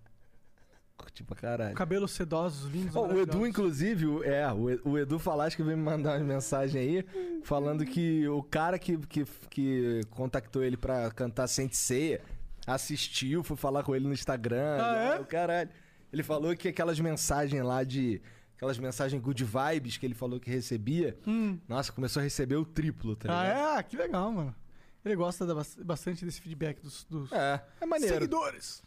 C: Curtiu pra caralho.
E: cabelos sedosos, lindos.
C: Ó, o Edu,
E: maravilhosos.
C: inclusive, o- é, o E- o Edu Falasco veio me mandar uma mensagem aí, falando que o cara que, que, que contactou ele pra cantar Sensei assistiu, foi falar com ele no Instagram. né,
E: Ah, é?
C: o caralho. Ele falou que aquelas mensagens lá de. Aquelas mensagens good vibes que ele falou que recebia, nossa, começou a receber o triplo, tá
E: Hum. Ah,
C: ligado?
E: é? Ah, Que legal, mano. Ele gosta da bas- bastante desse feedback dos, dos
C: É, é maneiro.
E: seguidores.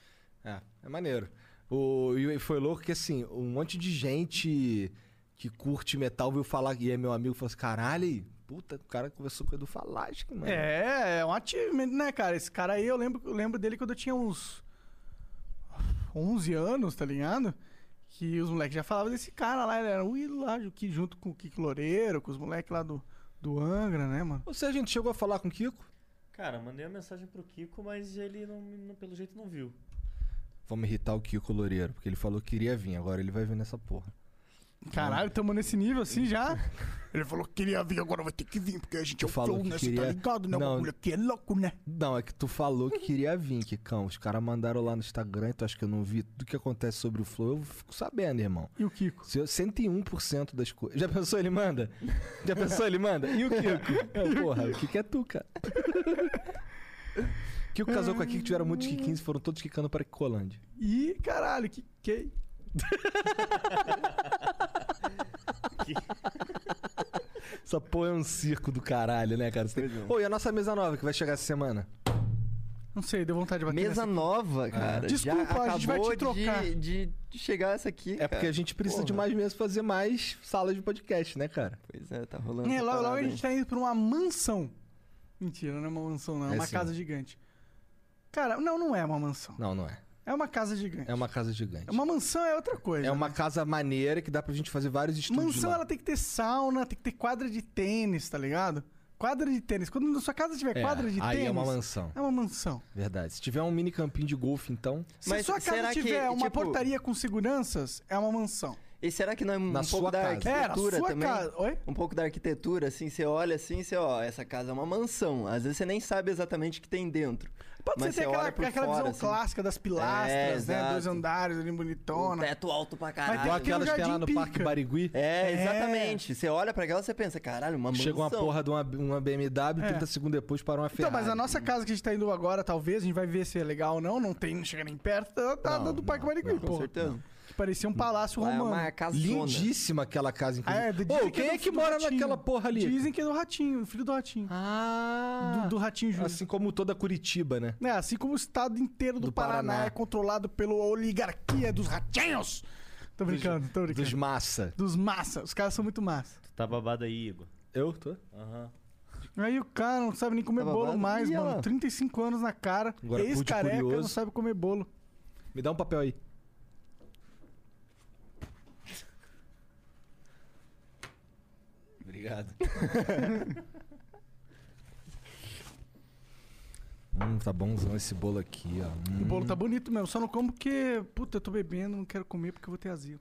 C: É, é maneiro. O, e foi louco que, assim, um monte de gente que curte metal viu falar, e é meu amigo, falou assim, caralho, puta, o cara conversou com o Edu Falaschi, mano.
E: É, é um achievement, né, cara? Esse cara aí, eu lembro, eu lembro dele quando eu tinha uns 11 anos, tá ligado? Que os moleques já falavam desse cara lá, ele era um ilágio que junto com o Kiko Loureiro, com os moleques lá do, do Angra, né, mano?
C: Ou seja, a gente chegou a falar com o Kiko,
G: Cara, mandei uma mensagem pro Kiko, mas ele não, não- pelo jeito não viu.
C: vamos irritar o Kiko Loureiro, porque ele falou que iria vir, agora ele vai vir nessa porra.
E: Caralho, tamo nesse nível assim já?
D: Ele falou que queria vir, agora vai ter que vir, porque a gente é
C: Tu
D: o
C: falou
D: flow,
C: que
D: né? Você
C: queria-
D: tá ligado, né? O
C: Não.
D: bagulho aqui é louco, né?
C: Não, é que tu falou que queria vir, Kikão. Os caras mandaram lá no Instagram, tu acha que eu não vi tudo que acontece sobre o Flow, eu fico sabendo, irmão.
E: E o Kiko?
C: Se eu- 101% das coisas. Já pensou ele manda? Já pensou ele manda? E o Kiko? Eu, porra, o Kiko é tu, cara. Kiko casou com a Kiko, tiveram muitos Kikins, foram todos quicando para Kikolândia.
E: Ih, caralho, que que
C: Essa porra é um circo do caralho, né, cara? Você tem- Ô, e a nossa mesa nova que vai chegar essa semana?
E: Não sei, deu vontade de bater.
F: Mesa
E: nessa-
F: nova, cara.
E: Desculpa,
F: Já
E: a gente vai te
F: acabou
E: trocar.
F: De, de- de chegar essa aqui.
C: É porque a gente precisa de mais mesas pra fazer mais salas de podcast, né, cara?
F: Pois é, tá rolando.
E: É,
F: essa
E: logo, logo
F: parada
E: a
F: aí.
E: gente tá indo pra uma mansão. Mentira, não é uma mansão, não. É
C: É
E: uma
C: sim.
E: casa gigante. Cara, não, não é uma mansão.
C: Não, não é.
E: É uma casa gigante.
C: É uma casa gigante.
E: É Uma mansão é outra coisa.
C: É
F: um
C: uma casa maneira que dá pra gente fazer vários estudos
E: Mansão,
C: lá.
E: ela tem que ter sauna, tem que ter quadra de tênis, tá ligado? Quadra de tênis. Quando na sua casa tiver
C: É,
E: quadra de
C: aí é
E: tênis.
C: uma mansão.
E: É uma mansão.
C: Verdade. Se tiver um mini campinho de golfe, então...
E: Se
F: Mas
E: a sua casa
F: será que,
E: tiver uma
F: tipo-
E: portaria com seguranças, é uma mansão.
F: E será que não é um
C: Na
F: pouco
C: sua
F: da
C: casa.
E: É, na
F: arquitetura
E: sua
F: também?
E: casa. Oi?
F: Um pouco da arquitetura, assim, você olha assim, você, ó, essa casa é uma mansão. Às vezes você nem sabe exatamente o que tem dentro.
E: Pode
F: Mas
E: ser
F: você
E: ter aquela,
F: olha por
E: aquela
F: fora,
E: visão
F: assim,
E: clássica das pilastras, né?
F: exato.
E: Dois andares ali bonitona.
F: Um teto alto pra
E: Mas tem
C: Igual
F: caralho.
E: que ter um
C: aquelas que tem lá
E: jardim
C: no
E: pica.
C: Parque Barigui.
F: É, exatamente. Você olha pra aquela e você pensa, caralho, uma mansão.
C: Chegou uma porra de uma, uma BMW,
E: É.
C: 30 segundos depois parou uma
E: Então,
C: Ferrari.
E: mas a nossa casa que a gente tá indo agora, talvez, a gente vai ver se é legal ou não, não tem, não chega nem perto tá da, da-
C: Não,
E: do Parque
C: não,
E: Barigui,
F: Com
E: pô.
F: certeza.
E: Que parecia um palácio
F: Lá é
E: romano.
F: uma casona.
C: Lindíssima aquela casa,
E: Ah,
C: inclusive.
E: é, dizem
C: Ô, quem
E: do
C: é que
E: do
C: mora
E: Ratinho.
C: naquela porra ali?
E: Dizem que é do Ratinho, o filho do Ratinho.
C: Ah!
E: Do, do Ratinho Júnior.
C: Assim como toda Curitiba, né?
E: É, assim como o estado inteiro do,
C: Do
E: Paraná,
C: Paraná.
E: é controlado pela oligarquia dos ratinhos. Tô brincando, tô brincando.
C: Dos massa.
E: Dos massa, os caras são muito massa.
I: Tá babado aí, Igor.
C: Eu tô.
E: Aí o cara não sabe nem comer
F: Tá
E: bolo
F: babado?
E: mais,
F: Ih,
E: mano.
F: ela.
E: 35 anos na cara,
C: Agora, pude
E: ex-careca,
C: curioso.
E: não sabe comer bolo.
C: Me dá um papel aí. Obrigado. hum, tá bonzão esse bolo aqui, ó. Hum.
E: O bolo tá bonito mesmo, só não como porque, puta, eu tô bebendo, não quero comer porque eu vou ter azia.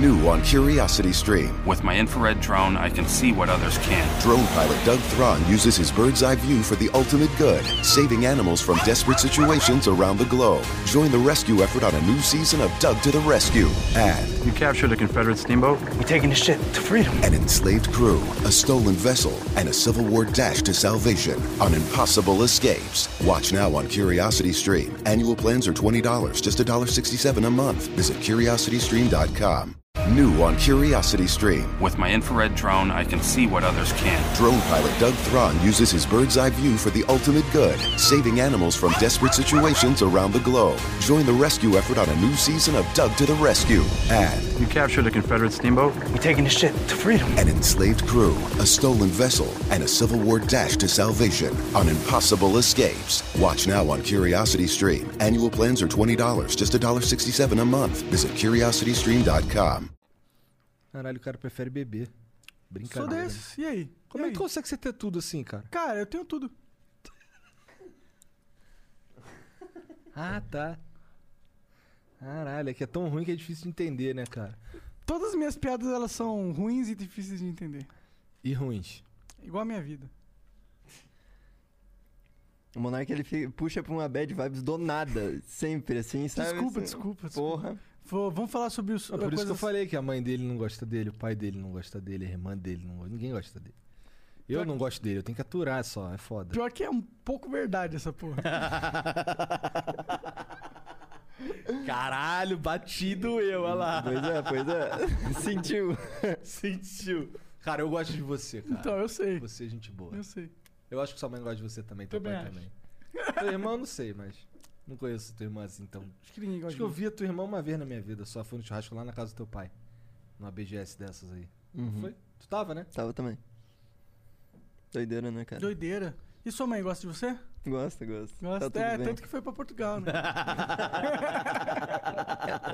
A: New on Curiosity Stream.
H: With my infrared drone, I can see what others can't.
A: Drone pilot Doug Thron uses his bird's eye view for the ultimate good, saving animals from desperate situations around the globe. Join the rescue effort on a new season of Doug to the Rescue and
H: You captured a Confederate steamboat?
B: We're taking the ship to freedom.
A: an enslaved crew, a stolen vessel, and a Civil War dash to salvation on impossible escapes. Watch now on Curiosity Stream. Annual plans are $20, just $1.67 a month. Visit curiositystream.com. New on Curiosity Stream.
H: With my infrared drone, I can see what others can't.
A: Drone pilot Doug Thron uses his bird's eye view for the ultimate good, saving animals from desperate situations around the globe. Join the rescue effort on a new season of Doug to the Rescue and
H: You captured a Confederate steamboat?
B: We're taking the ship to freedom.
A: an enslaved crew, a stolen vessel, and a Civil War dash to salvation on impossible escapes. Watch now on Curiosity Stream. Annual plans are $20, just $1.67 a month. Visit curiositystream.com.
C: Caralho, o cara prefere beber. Brincadeira. né?
E: Sou desses, e aí?
C: Como
E: E
C: é
E: aí?
C: que consegue você ter tudo assim, cara?
E: Cara, eu tenho tudo.
C: Ah, tá. Caralho, é que é tão ruim que é difícil de entender, né, cara?
E: Todas as minhas piadas, elas são ruins e difíceis de entender.
C: E ruins.
E: Igual a minha vida.
F: O Monark, ele fi- puxa pra uma bad vibes do nada, sempre, assim, sabe?
E: Desculpa,
F: Assim,
E: desculpa, desculpa.
F: Porra.
E: Vou- vamos falar sobre os... eh,
C: É por isso que eu
E: coisas-
C: falei que a mãe dele não gosta dele, o pai dele não gosta dele, a irmã dele não gosta. Ninguém gosta dele. Eu
E: Pior
C: não gosto dele, eu tenho que aturar só, é foda.
E: Pior que é um pouco verdade essa porra.
C: Caralho, batido eu, olha lá.
F: Pois é, pois é. Sentiu.
C: Sentiu. Cara, eu gosto de você, cara.
E: Então, eu sei.
C: Você é gente boa.
E: Eu sei.
C: Eu acho que sua mãe gosta de você também, teu
E: Também
C: pai
E: acho.
C: também. Teu irmão, eu não sei, mas. Não conheço teu irmão assim, então.
E: Acho que ninguém gosta
C: Acho
E: de
C: que eu
E: mim.
C: vi a tua irmã uma vez na minha vida, só foi no churrasco lá na casa do teu pai. Numa BGS dessas aí. Não
E: Uhum.
C: Foi? Tu tava, né?
F: Tava também. Doideira, né, cara?
E: Doideira. E sua mãe gosta de você?
F: Gosto, gosto.
E: Gosta.
F: Tá tudo
E: é,
F: bem.
E: tanto que foi pra Portugal, né?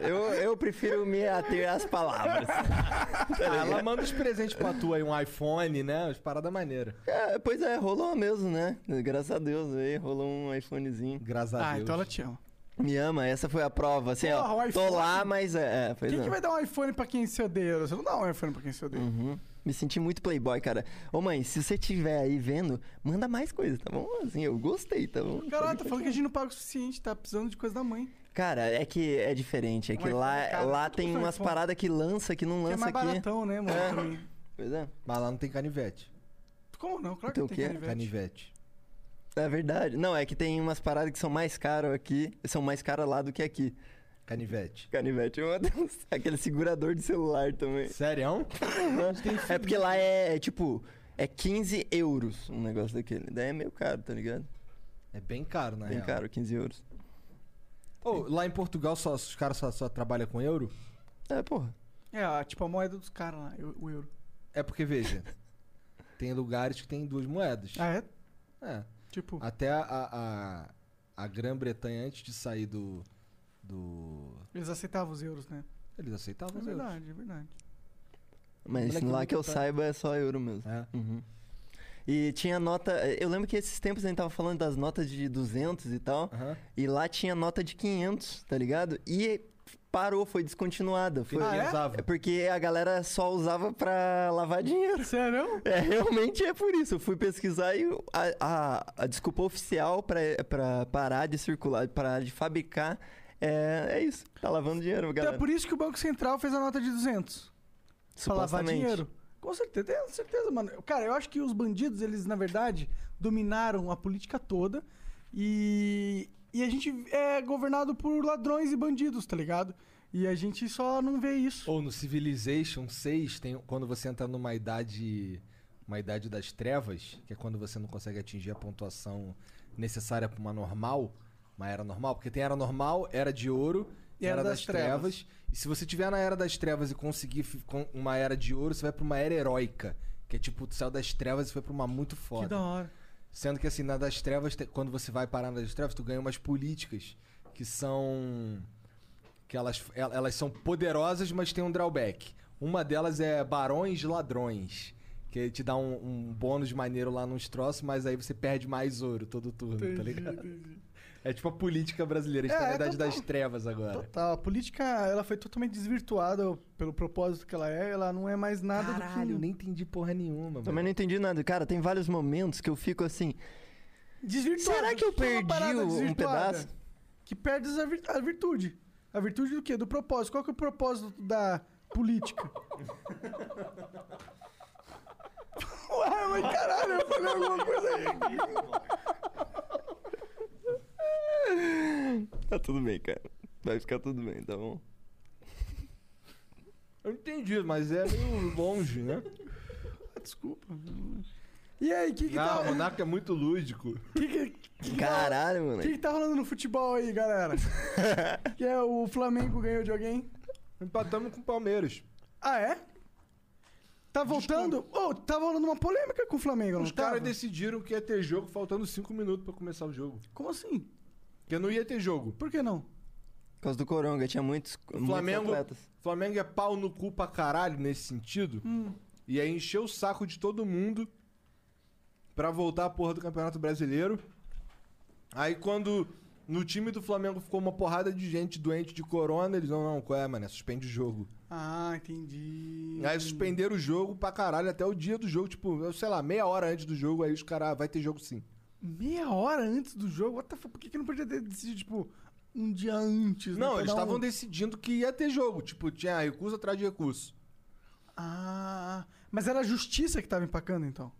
F: Eu, eu prefiro me ater às palavras.
E: Tá
C: Ah, ela manda os presentes pra tu aí, um iPhone, né? As paradas maneiras.
F: É, pois é, rolou mesmo, né? Graças a Deus, aí rolou um iPhonezinho.
C: Graças a
E: ah,
C: Deus.
E: então ela te ama.
F: Me ama, essa foi a prova. Assim,
E: Porra, o
F: ó, tô
E: iPhone.
F: lá, mas é, é pois
E: Quem
F: é.
E: que vai dar um iPhone pra quem se odeia? Você não dá um iPhone pra quem se odeia.
F: Uhum. Me senti muito playboy, cara. Ô mãe, se você tiver aí vendo, manda mais coisa, tá bom? Assim, eu gostei, tá bom?
E: Caralho, tá falando que a gente não paga o suficiente, tá precisando de coisa da mãe.
F: Cara, é que é diferente. É que
E: Um iPhone,
F: lá,
E: cara,
F: lá
E: tudo
F: tem
E: custa
F: umas
E: iPhone.
F: paradas que lança, que não
E: Que é
F: lança
E: mais
F: aqui.
E: baratão, né, mano?
F: É.
E: também.
F: Pois é.
C: Mas lá não tem canivete.
E: Como não? Claro
F: Então,
E: que tem
F: o quê?
E: canivete.
C: Canivete.
F: É verdade. Não, é que tem umas paradas que são mais caras aqui, são mais caras lá do que aqui.
C: Canivete.
F: Canivete é uma das- aquele segurador de celular também.
C: Sério?
F: é porque lá é, é, tipo, é 15 euros um negócio daquele. Daí é meio caro, tá ligado?
C: É bem caro, na
F: Bem
C: real.
F: caro, 15 euros.
C: Ô, lá em Portugal só, os caras só, só trabalham com euro?
F: É, porra.
E: É, ó, tipo a moeda dos caras lá, eu- o euro.
C: É porque, veja, tem lugares que tem duas moedas.
E: Ah, é?
C: É.
E: Tipo,
C: Até a, a, a Grã-Bretanha, antes de sair do. do...
E: eles aceitavam os euros, né?
C: Eles aceitavam
E: É
C: os euros.
E: verdade, é verdade.
F: Mas
C: Moleque tá-
F: lá
C: muito
F: que eu
C: caro.
F: saiba é só euro mesmo.
C: É.
F: Uhum. E tinha nota. Eu lembro que esses tempos a gente tava falando das notas de 200 e tal.
C: Aham.
F: E lá tinha nota de 500, tá ligado? E parou, foi descontinuada. Foi...
C: Porque usava.
F: É porque a galera só usava pra lavar dinheiro.
E: Sério?
F: É, realmente é por isso. Eu fui pesquisar e a, a- a desculpa oficial pra, pra parar de circular, parar de fabricar, é, é isso. Tá lavando dinheiro,
E: Então
F: galera.
E: é por isso que o Banco Central fez a nota de 200. Pra lavar
F: Supostamente.
E: dinheiro. Com certeza, tenho certeza, mano. Cara, eu acho que os bandidos, eles, na verdade, dominaram a política toda e, e a gente é governado por ladrões e bandidos, tá ligado? E a gente só não vê isso.
C: Ou no Civilization 6, tem, quando você entra numa idade. Uma idade das trevas, que é quando você não consegue atingir a pontuação necessária pra uma normal, uma era normal, porque tem era normal, era de ouro e era, das, trevas. E se você tiver na era das trevas e conseguir fi- com uma era de ouro, você vai pra uma era heróica, que é tipo, tu saiu das trevas e foi pra uma muito
E: Que
C: foda.
E: da hora.
C: Sendo que assim, na das trevas, te- quando você vai parar na das trevas, tu ganha umas políticas que são. que elas, el- elas são poderosas, mas tem um drawback. Uma delas é barões ladrões. Que te dá um, um bônus maneiro lá nos troços, mas aí você perde mais ouro todo turno, tá ligado? É tipo a política brasileira, a gente
E: É,
C: tá na
E: é
C: idade
E: total.
C: das trevas agora.
E: Total, a política, ela foi totalmente desvirtuada pelo propósito que ela é, ela não é mais nada
C: Caralho, eu
E: do que
C: nem entendi porra nenhuma, mano.
F: Também não entendi nada. Cara, tem vários momentos que eu fico assim.
E: um... desvirtuada.
F: Será que eu
E: Tudo uma
F: perdi
E: parada
F: um
E: desvirtuada.
F: pedaço?
E: Que perde a vir- a virtude. A virtude do quê? Do propósito. Qual que é o propósito da política? Ué, mas caralho, eu falei alguma coisa aí.
F: Tá tudo bem, cara. Vai ficar tudo bem, tá bom?
C: Eu entendi, mas é meio longe, né?
E: Desculpa. E aí, o que que,
C: Ah,
E: tá,
C: o Monarca é muito lúdico.
E: que, que,
F: Caralho, mano.
E: que que tá rolando no futebol aí, galera? que é o Flamengo ganhou de alguém?
C: Empatamos com o Palmeiras.
E: Ah, é? Tá voltando? Ô, tá rolando uma polêmica com o Flamengo, não
C: Os caras
E: tava?
C: decidiram que ia ter jogo faltando 5 minutos pra começar o jogo.
E: Como assim?
C: Porque não ia ter jogo.
E: Por que não?
F: Por causa do Coronga, tinha muitos,
C: Flamengo,
F: muitos atletas.
C: Flamengo é pau no cu pra caralho nesse sentido. E aí encheu o saco de todo mundo pra voltar a porra do Campeonato Brasileiro. Aí quando no time do Flamengo ficou uma porrada de gente doente de corona, eles não, não, qual é, mano? Suspende o jogo.
E: Ah, entendi.
C: Aí suspenderam o jogo pra caralho até o dia do jogo, tipo, sei lá, meia hora antes do jogo, aí os caras, vai ter jogo sim.
E: Meia hora antes do jogo? What the fuck? Por que, que não podia ter decidido, tipo, um dia antes? né?
C: Não,
E: Pra
C: eles
E: dar
C: estavam
E: um-
C: decidindo que ia ter jogo. Tipo, tinha recurso atrás de recurso.
E: Ah, mas era a justiça que tava empacando, então.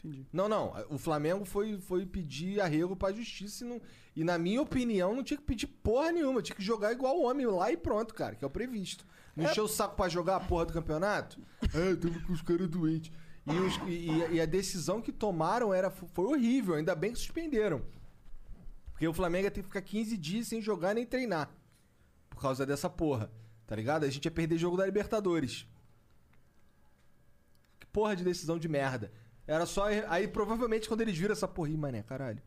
E: Entendi.
C: Não, não. O Flamengo foi, foi pedir arrego pra justiça e, não- e, na minha opinião, não tinha que pedir porra nenhuma. Tinha que jogar igual o homem lá e pronto, cara, que é o previsto. Não encheu o saco pra jogar a porra do campeonato? é, tava com os caras doentes. E, os- e- e a decisão que tomaram era, foi horrível. Ainda bem que suspenderam. Porque o Flamengo ia ter que ficar 15 dias sem jogar nem treinar. Por causa dessa porra. Tá ligado? A gente ia perder jogo da Libertadores. Que porra de decisão de merda. Era só. Aí provavelmente quando eles viram essa porra, aí, mané, caralho.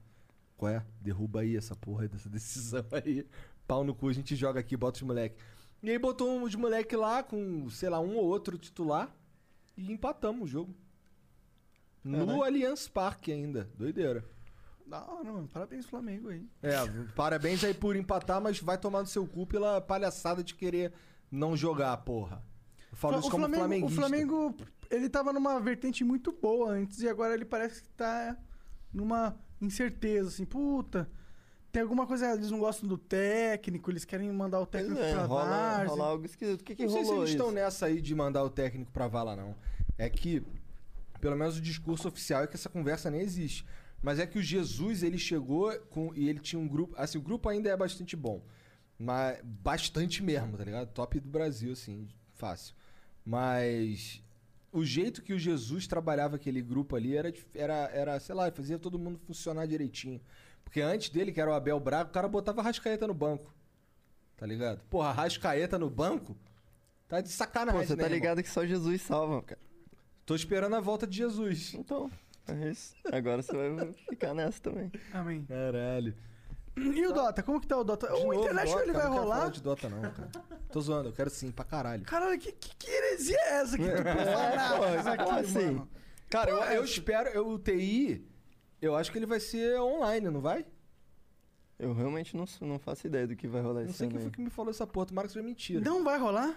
C: Qual é? Derruba aí essa porra aí dessa decisão aí. Pau no cu, a gente joga aqui, bota os moleque. E aí botou uns moleque lá com, sei lá, um ou outro titular. E empatamos o jogo. No
F: Caralho.
C: Allianz Parque ainda. Doideira.
E: Da hora, mano. Parabéns, Flamengo aí.
C: É, parabéns aí por empatar, mas vai tomar no seu cu pela palhaçada de querer não jogar, porra. Eu falo
E: Fla-
C: isso como
E: o
C: flamenguista.
E: Flamengo, ele tava numa vertente muito boa antes e agora ele parece que tá numa incerteza, assim, puta. Tem alguma coisa, eles não gostam do técnico, eles querem mandar tá o
F: Pois
E: técnico
F: é,
E: pra
F: rola,
E: várzea.
F: rola algo esquisito. O que, que
C: não sei se
F: rolou
C: eles
F: isso?
C: estão nessa aí de mandar o técnico pra vala, não. É que, pelo menos o discurso oficial é que essa conversa nem existe. Mas é que o Jesus, ele chegou com, e ele tinha um grupo... Assim, o grupo ainda é bastante bom. Mas bastante mesmo, tá ligado? Top do Brasil, assim, fácil. Mas o jeito que o Jesus trabalhava aquele grupo ali era, dif- era, era sei lá, fazia todo mundo funcionar direitinho. Porque antes dele, que era o Abel Braga, o cara botava Rascaeta no banco. Tá ligado? Porra, Rascaeta no banco? Tá de sacanagem,
F: Pô, você
C: né,
F: tá
C: irmão?
F: ligado que só Jesus salva, cara.
C: Tô esperando a volta de Jesus.
F: Então, é isso. Agora você vai ficar nessa também.
E: Amém.
C: Caralho.
E: E o Dota? Como que tá o Dota?
C: De novo,
E: o International
C: Dota,
E: ele vai
C: cara, não quero falar
E: rolar?
C: de Dota não, cara. Tô zoando, eu quero sim, pra caralho.
E: Caralho, que, que, que heresia é essa que tu profanava
F: É, Pô,
E: aqui,
F: como assim?
E: mano?
C: Cara, eu, eu espero. Eu, o TI, eu acho que ele vai ser online, não vai?
F: Eu realmente não, não faço ideia do que vai rolar
C: Não
F: esse
C: sei quem
F: ano
C: foi
F: aí.
C: que me falou essa porra, tomara que seja mentira.
E: né? Não vai rolar?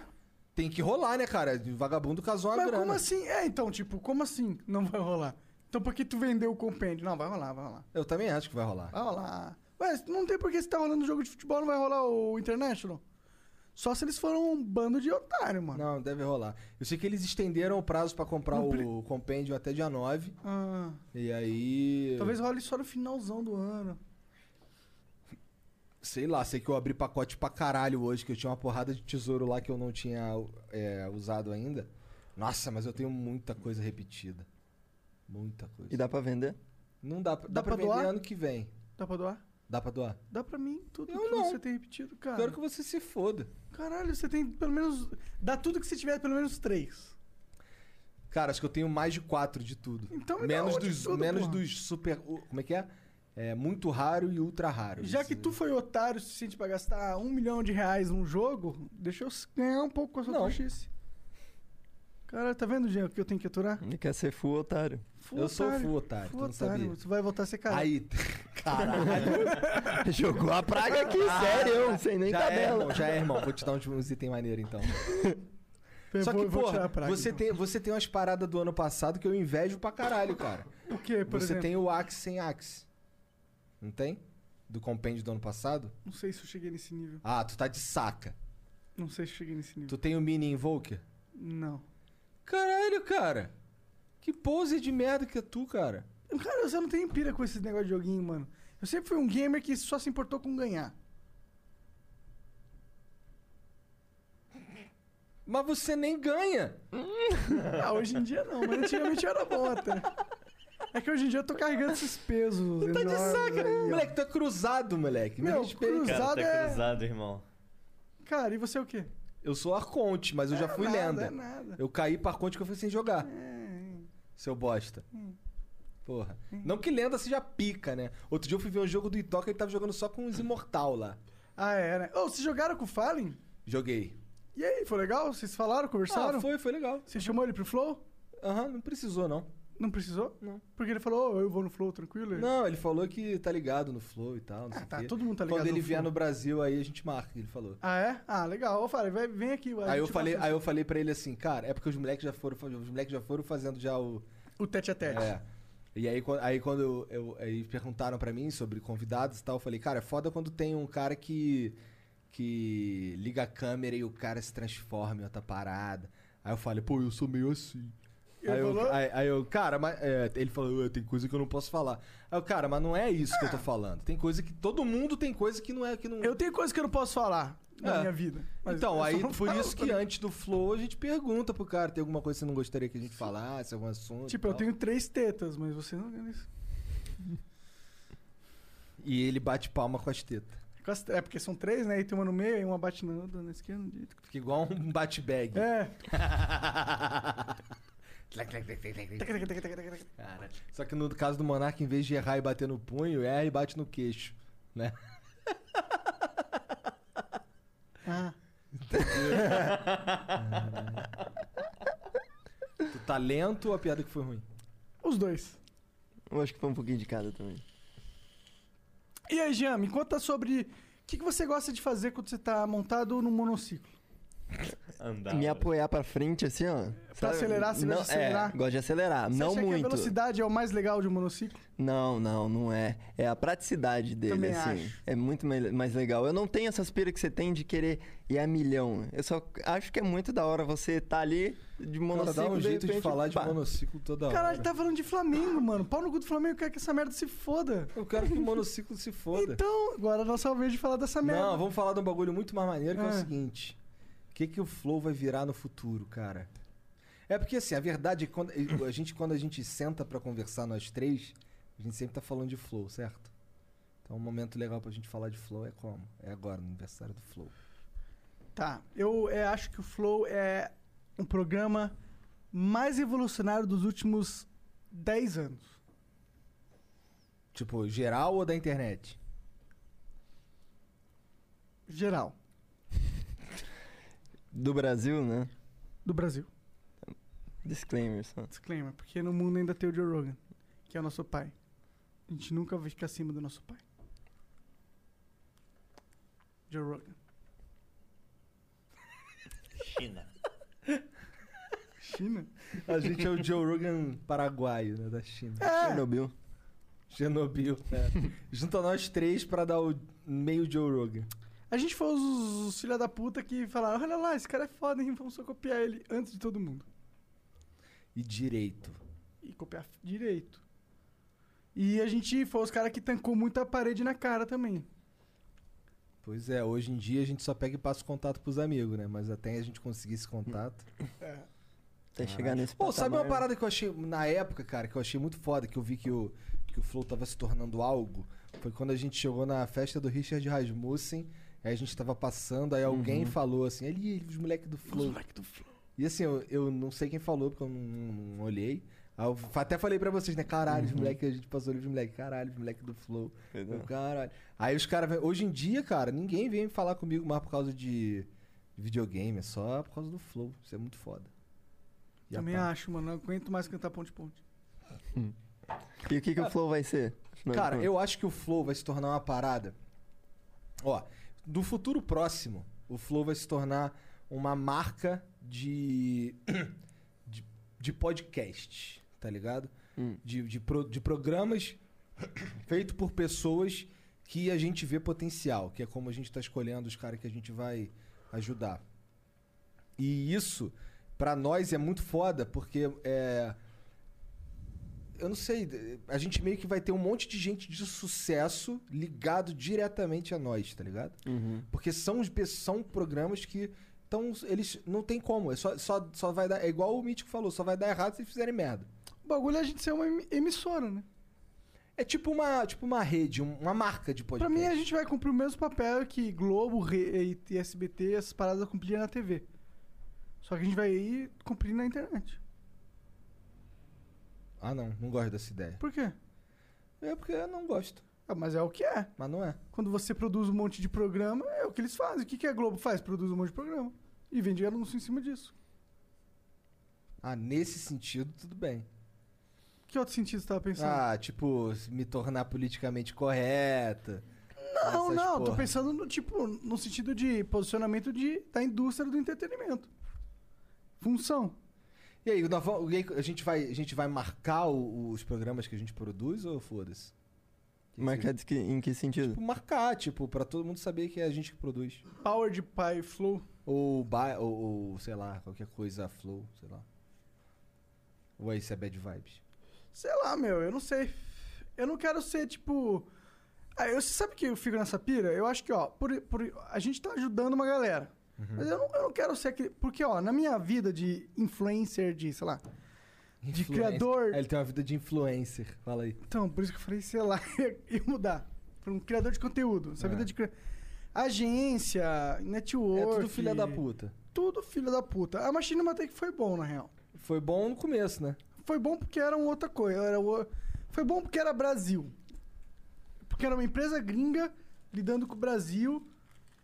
C: Tem que rolar, né, cara? Vagabundo casou uma
E: Mas
C: grana.
E: como assim? É, então, tipo, como assim não vai rolar? Então por que tu vendeu o compêndio? Não, vai rolar, vai rolar.
C: Eu também acho que vai rolar.
E: Vai rolar. Ué, não tem por que se tá rolando jogo de futebol, não vai rolar o International? Só se eles foram um bando de otário, mano.
C: Não, deve rolar. Eu sei que eles estenderam o prazo pra comprar
E: Não pre-
C: o compêndio até dia 9.
E: Ah,
C: E aí.
E: talvez role só no finalzão do ano.
C: Sei lá, sei que eu abri pacote pra caralho hoje, que eu tinha uma porrada de tesouro lá que eu não tinha é, usado ainda. Nossa, mas eu tenho muita coisa repetida. Muita coisa.
F: E dá pra vender?
C: Não dá, dá,
E: Dá
C: pra,
E: pra
C: vender
E: doar?
C: ano que vem.
E: Dá pra doar?
C: Dá pra doar?
E: Dá pra mim tudo
C: Eu
E: que
C: não.
E: você tem repetido, cara.
C: Quero que você se foda.
E: Caralho, você tem pelo menos. Dá tudo que você tiver, pelo menos três.
C: Cara, acho que eu tenho mais de quatro de tudo.
E: Então me dá
C: menos
E: um de
C: dos
E: tudo,
C: menos
E: porra.
C: dos super, o- como é que é? É muito raro e ultra raro.
E: Já
C: Isso-
E: que tu foi otário o suficiente pra gastar um milhão de reais num jogo, deixa eu s- ganhar um pouco com a sua
C: Não.
E: trouxice. Cara, tá vendo, Jean, o que eu tenho que aturar?
F: Ele quer ser full otário.
E: Full
C: Eu sou
E: otário.
C: full otário, tu não sabia.
E: Você vai voltar a ser cara.
C: Aí, caralho.
F: Jogou a praga é aqui, sério, Ah, eu não sei nem
C: já é,
F: tabela.
C: irmão, já é, irmão. Vou te dar uns, uns itens maneiros então.
E: Eu
C: Só que,
E: vou- vou tirar
C: porra,
E: a praga,
C: você,
E: então.
C: tem, você tem umas paradas do ano passado que eu invejo pra caralho, cara.
E: O quê, por
C: você
E: exemplo?
C: tem o Axe sem Axe. Não tem? Do compêndio do ano passado?
E: Não sei se eu cheguei nesse nível.
C: Ah, tu tá de saca.
E: Não sei se eu cheguei nesse nível.
C: Tu tem o Mini Invoker?
E: Não.
C: Caralho, cara. Que pose de merda que é tu, cara.
E: Cara, você não tem pira com esse negócio de joguinho, mano. Eu sempre fui um gamer que só se importou com ganhar.
C: Mas você nem ganha.
E: Ah, hoje em dia não, mas antigamente eu era bom até. É que hoje em dia eu tô carregando esses pesos.
C: Tá de
E: enormes
C: saca.
E: aí, ó.
C: Moleque, tu é cruzado, moleque. Me
E: Meu,
C: respeita.
E: cruzado.
I: Cara, tá
E: é-
I: cruzado, irmão.
E: Cara, e você é o quê?
C: Eu sou arconte, mas eu já fui
E: nada,
C: lenda.
E: É nada.
C: Eu caí pra arconte que eu fui sem jogar.
E: É,
C: Seu bosta. Porra.
E: É.
C: Não que lenda seja pica, né? Outro dia eu fui ver um jogo do Itoca, ele tava jogando só com os imortal lá.
E: Ah, é, né? Ô, vocês jogaram com o Fallen?
C: Joguei.
E: E aí, foi legal? Vocês falaram, conversaram?
C: Ah, foi, foi legal.
E: Você chamou ele pro Flow?
C: Aham, não precisou, não.
E: Não precisou?
C: Não.
E: Porque ele falou, ô, eu vou no Flow, tranquilo?
C: Não, ele falou que tá ligado no flow e tal, não sei
E: Hum. Ah,
C: o
E: tá,
C: quê.
E: todo mundo tá ligado
C: Quando ele
E: no
C: vier
E: Flow.
C: no Brasil, aí a gente marca, ele falou.
E: Ah, é? Ah, legal. Ô, Fallen, vai, vem aqui. a
C: Aí eu
E: gente
C: falei,
E: passa
C: aí eu falei para ele assim, cara, é porque os moleques já foram, os moleques já foram fazendo já o
E: O tete a tete.
C: é. E aí, quan- aí quando eu, eu- aí perguntaram pra mim sobre convidados e tal, eu falei, cara, é foda quando tem um cara que que liga a câmera e o cara se transforma em outra parada. Aí eu falei, pô, eu sou meio assim.
E: Ele
C: aí, eu,
E: falou?
C: aí- aí eu, cara, mas. é, ele falou, "Ué, tem coisa que eu não posso falar. Aí eu, cara, mas não é isso que eu tô falando. Tem coisa que. Todo mundo tem coisa que não é. Que não...
E: Eu tenho coisa que eu não posso falar na
C: É.
E: minha vida. mas eu
C: Então,
E: só
C: aí
E: não
C: por
E: falo,
C: isso
E: tá
C: que
E: ligado?
C: antes do flow a gente pergunta pro cara, tem alguma coisa que você não gostaria que a gente falasse, algum assunto.
E: Tipo, eu
C: tal.
E: tenho três tetas, mas você não...
C: E ele bate palma com as tetas.
E: Com as- É porque são três, né? E tem uma no meio, e uma bate na, outra, na esquerda, no direito.
C: Fica igual um bate-bag.
E: É.
C: Cara, Só que no caso do Monark, em vez de errar e bater no punho, erra e bate no queixo, né?
E: Ah.
C: Tu tá lento ou a piada que foi ruim?
E: Os dois.
F: Eu acho que foi um pouquinho de cada também.
E: E aí, Jean, me conta sobre o que, que você gosta de fazer quando você tá montado num monociclo.
I: Andava.
F: me apoiar pra frente, assim, ó.
E: Pra
F: Sabe?
E: acelerar, acelerar,
F: não,
E: acelerar.
F: É, gosto de acelerar.
E: Você
F: não
E: acha que a
F: muito.
E: velocidade é o mais legal de um monociclo?
F: Não, não, não é. É a praticidade dele,
E: Também
F: assim.
E: acho.
F: É muito me- mais legal. Eu não tenho essas pira que você tem de querer ir a milhão. Eu só acho que é muito da hora você estar ali de monociclo.
C: dá um jeito de
F: repente,
C: falar de
F: pá.
C: monociclo toda hora.
E: Caralho, tá falando de Flamengo, mano. Pau no cu do Flamengo, eu quero que essa merda se foda.
C: Eu quero que o monociclo se foda.
E: Então, agora é a nossa vez de falar dessa merda.
C: Não, vamos falar de um bagulho muito mais maneiro que é, o
E: Ah.
C: seguinte. O que, que o Flow vai virar no futuro, cara? É porque, assim, a verdade é que quando a gente, quando a gente senta pra conversar nós três, a gente sempre tá falando de Flow, certo? Então, um momento legal pra gente falar de Flow é como? É agora, no aniversário do Flow.
E: Tá, eu é, acho que o Flow é um programa mais revolucionário dos últimos 10 anos.
C: Tipo, geral ou da internet?
E: Geral.
F: Do Brasil, né?
E: Do Brasil.
F: Disclaimer só.
E: Disclaimer, porque no mundo ainda tem o Joe Rogan, que é o nosso pai. A gente nunca vai ficar acima do nosso pai. Joe Rogan.
I: China.
E: China?
C: A gente é o Joe Rogan paraguaio, né? Da China.
E: É.
F: Chernobyl. Tá
C: Chernobyl, é. Junta nós três pra dar o meio Joe Rogan.
E: A gente foi os, os filha da puta que falaram, olha lá, esse cara é foda, hein? Vamos só copiar ele antes de todo mundo.
C: E direito.
E: E copiar f- direito. E a gente foi os caras que tancou muita parede na cara também.
C: Pois é, hoje em dia a gente só pega e passa o contato pros amigos, né? Mas até a gente conseguir esse contato.
E: É.
F: Até chegar nesse
C: Pô, sabe uma
F: patamar.
C: parada que eu achei na época, cara, que eu achei muito foda, que eu vi que o, que o Flow tava se tornando algo? Foi quando a gente chegou na festa do Richard Rasmussen, aí a gente tava passando, aí alguém
F: Uhum.
C: falou assim, ali, os moleque do Flow. E assim, eu, eu não sei quem falou, porque eu não, não- não olhei. Aí eu fa- até falei pra vocês, né? Caralho, os
F: Uhum.
C: moleque, a gente passou ali, os moleque, caralho, os moleque do Flow.
F: Entendeu?
C: Eu, caralho. Aí os caras, vêm- hoje em dia, cara, ninguém vem falar comigo mais por causa de videogame, é só por causa do Flow. Isso é muito foda. E a
E: também
C: pá.
E: acho, mano. Não aguento mais cantar ponte-ponte.
F: E o que, que o Flow vai ser? Afinal de
C: Cara,
F: contas.
C: eu acho que o Flow vai se tornar uma parada. Ó, no futuro próximo, o Flow vai se tornar uma marca de. de, de podcast, tá ligado? De, de, pro- de programas feito por pessoas que a gente vê potencial, que é como a gente tá escolhendo os caras que a gente vai ajudar. E isso, pra nós, é muito foda, porque é eu não sei, a gente meio que vai ter um monte de gente de sucesso ligado diretamente a nós, tá ligado?
E: Uhum.
C: Porque são, os pe- são programas que então eles não tem como, é só, só, só vai dar, é igual o Mítico falou, só vai dar errado se eles fizerem merda.
E: O bagulho é a gente ser uma em- emissora, né?
C: É tipo uma, tipo uma rede, um- uma marca de
E: Pra
C: podcast.
E: mim, a gente vai cumprir o mesmo papel que Globo, Re- e SBT, essas paradas cumpriam na TV. Só que a gente vai ir cumprir na internet.
C: Ah, não, não gosto dessa ideia.
E: Por quê?
C: É porque eu não gosto.
E: mas é o que é.
C: Mas não é.
E: Quando você produz um monte de programa, é o que eles fazem. O que, que a Globo faz? Produz um monte de programa. E vende anúncio em cima disso.
C: Ah, nesse sentido, tudo bem.
E: Que outro sentido você tava pensando?
C: Ah, tipo, me tornar politicamente correta.
E: não,
C: essas
E: não. Tô
C: porra.
E: pensando no tipo, no sentido de posicionamento de, da indústria do entretenimento. Função.
C: E aí, nós vamos- e aí, é a, gente vai, a gente vai marcar o- os programas que a gente produz ou foda-se?
F: Marcar de que- em que sentido?
C: Tipo, marcar, tipo, pra todo mundo saber que é a gente que produz.
E: Power de Pai Flow.
C: Ou, ba- ou, ou, sei lá, qualquer coisa, Flow, sei lá. Ou aí isso é Bad Vibes.
E: Sei lá, meu, eu não sei. Eu não quero ser, tipo. Ah, eu, você sabe que eu fico nessa pira? Eu acho que, ó, por, por- a gente tá ajudando uma galera.
C: Uhum.
E: Mas eu não, eu não quero ser aquele. Porque, ó, na minha vida de influencer, de, sei lá. De
C: Influencer.
E: criador.
C: É, Ele tem uma vida de influencer, fala aí.
E: Então, por isso que eu falei, sei lá, ia mudar. Pra um criador de conteúdo. Essa vida de. cri- Agência, network.
C: É tudo filha da puta.
E: Tudo filha da puta. A Machine até que foi bom, na real.
C: Foi bom no começo, né?
E: Foi bom porque era uma outra coisa. Era o... Foi bom porque era Brasil. Porque era uma empresa gringa lidando com o Brasil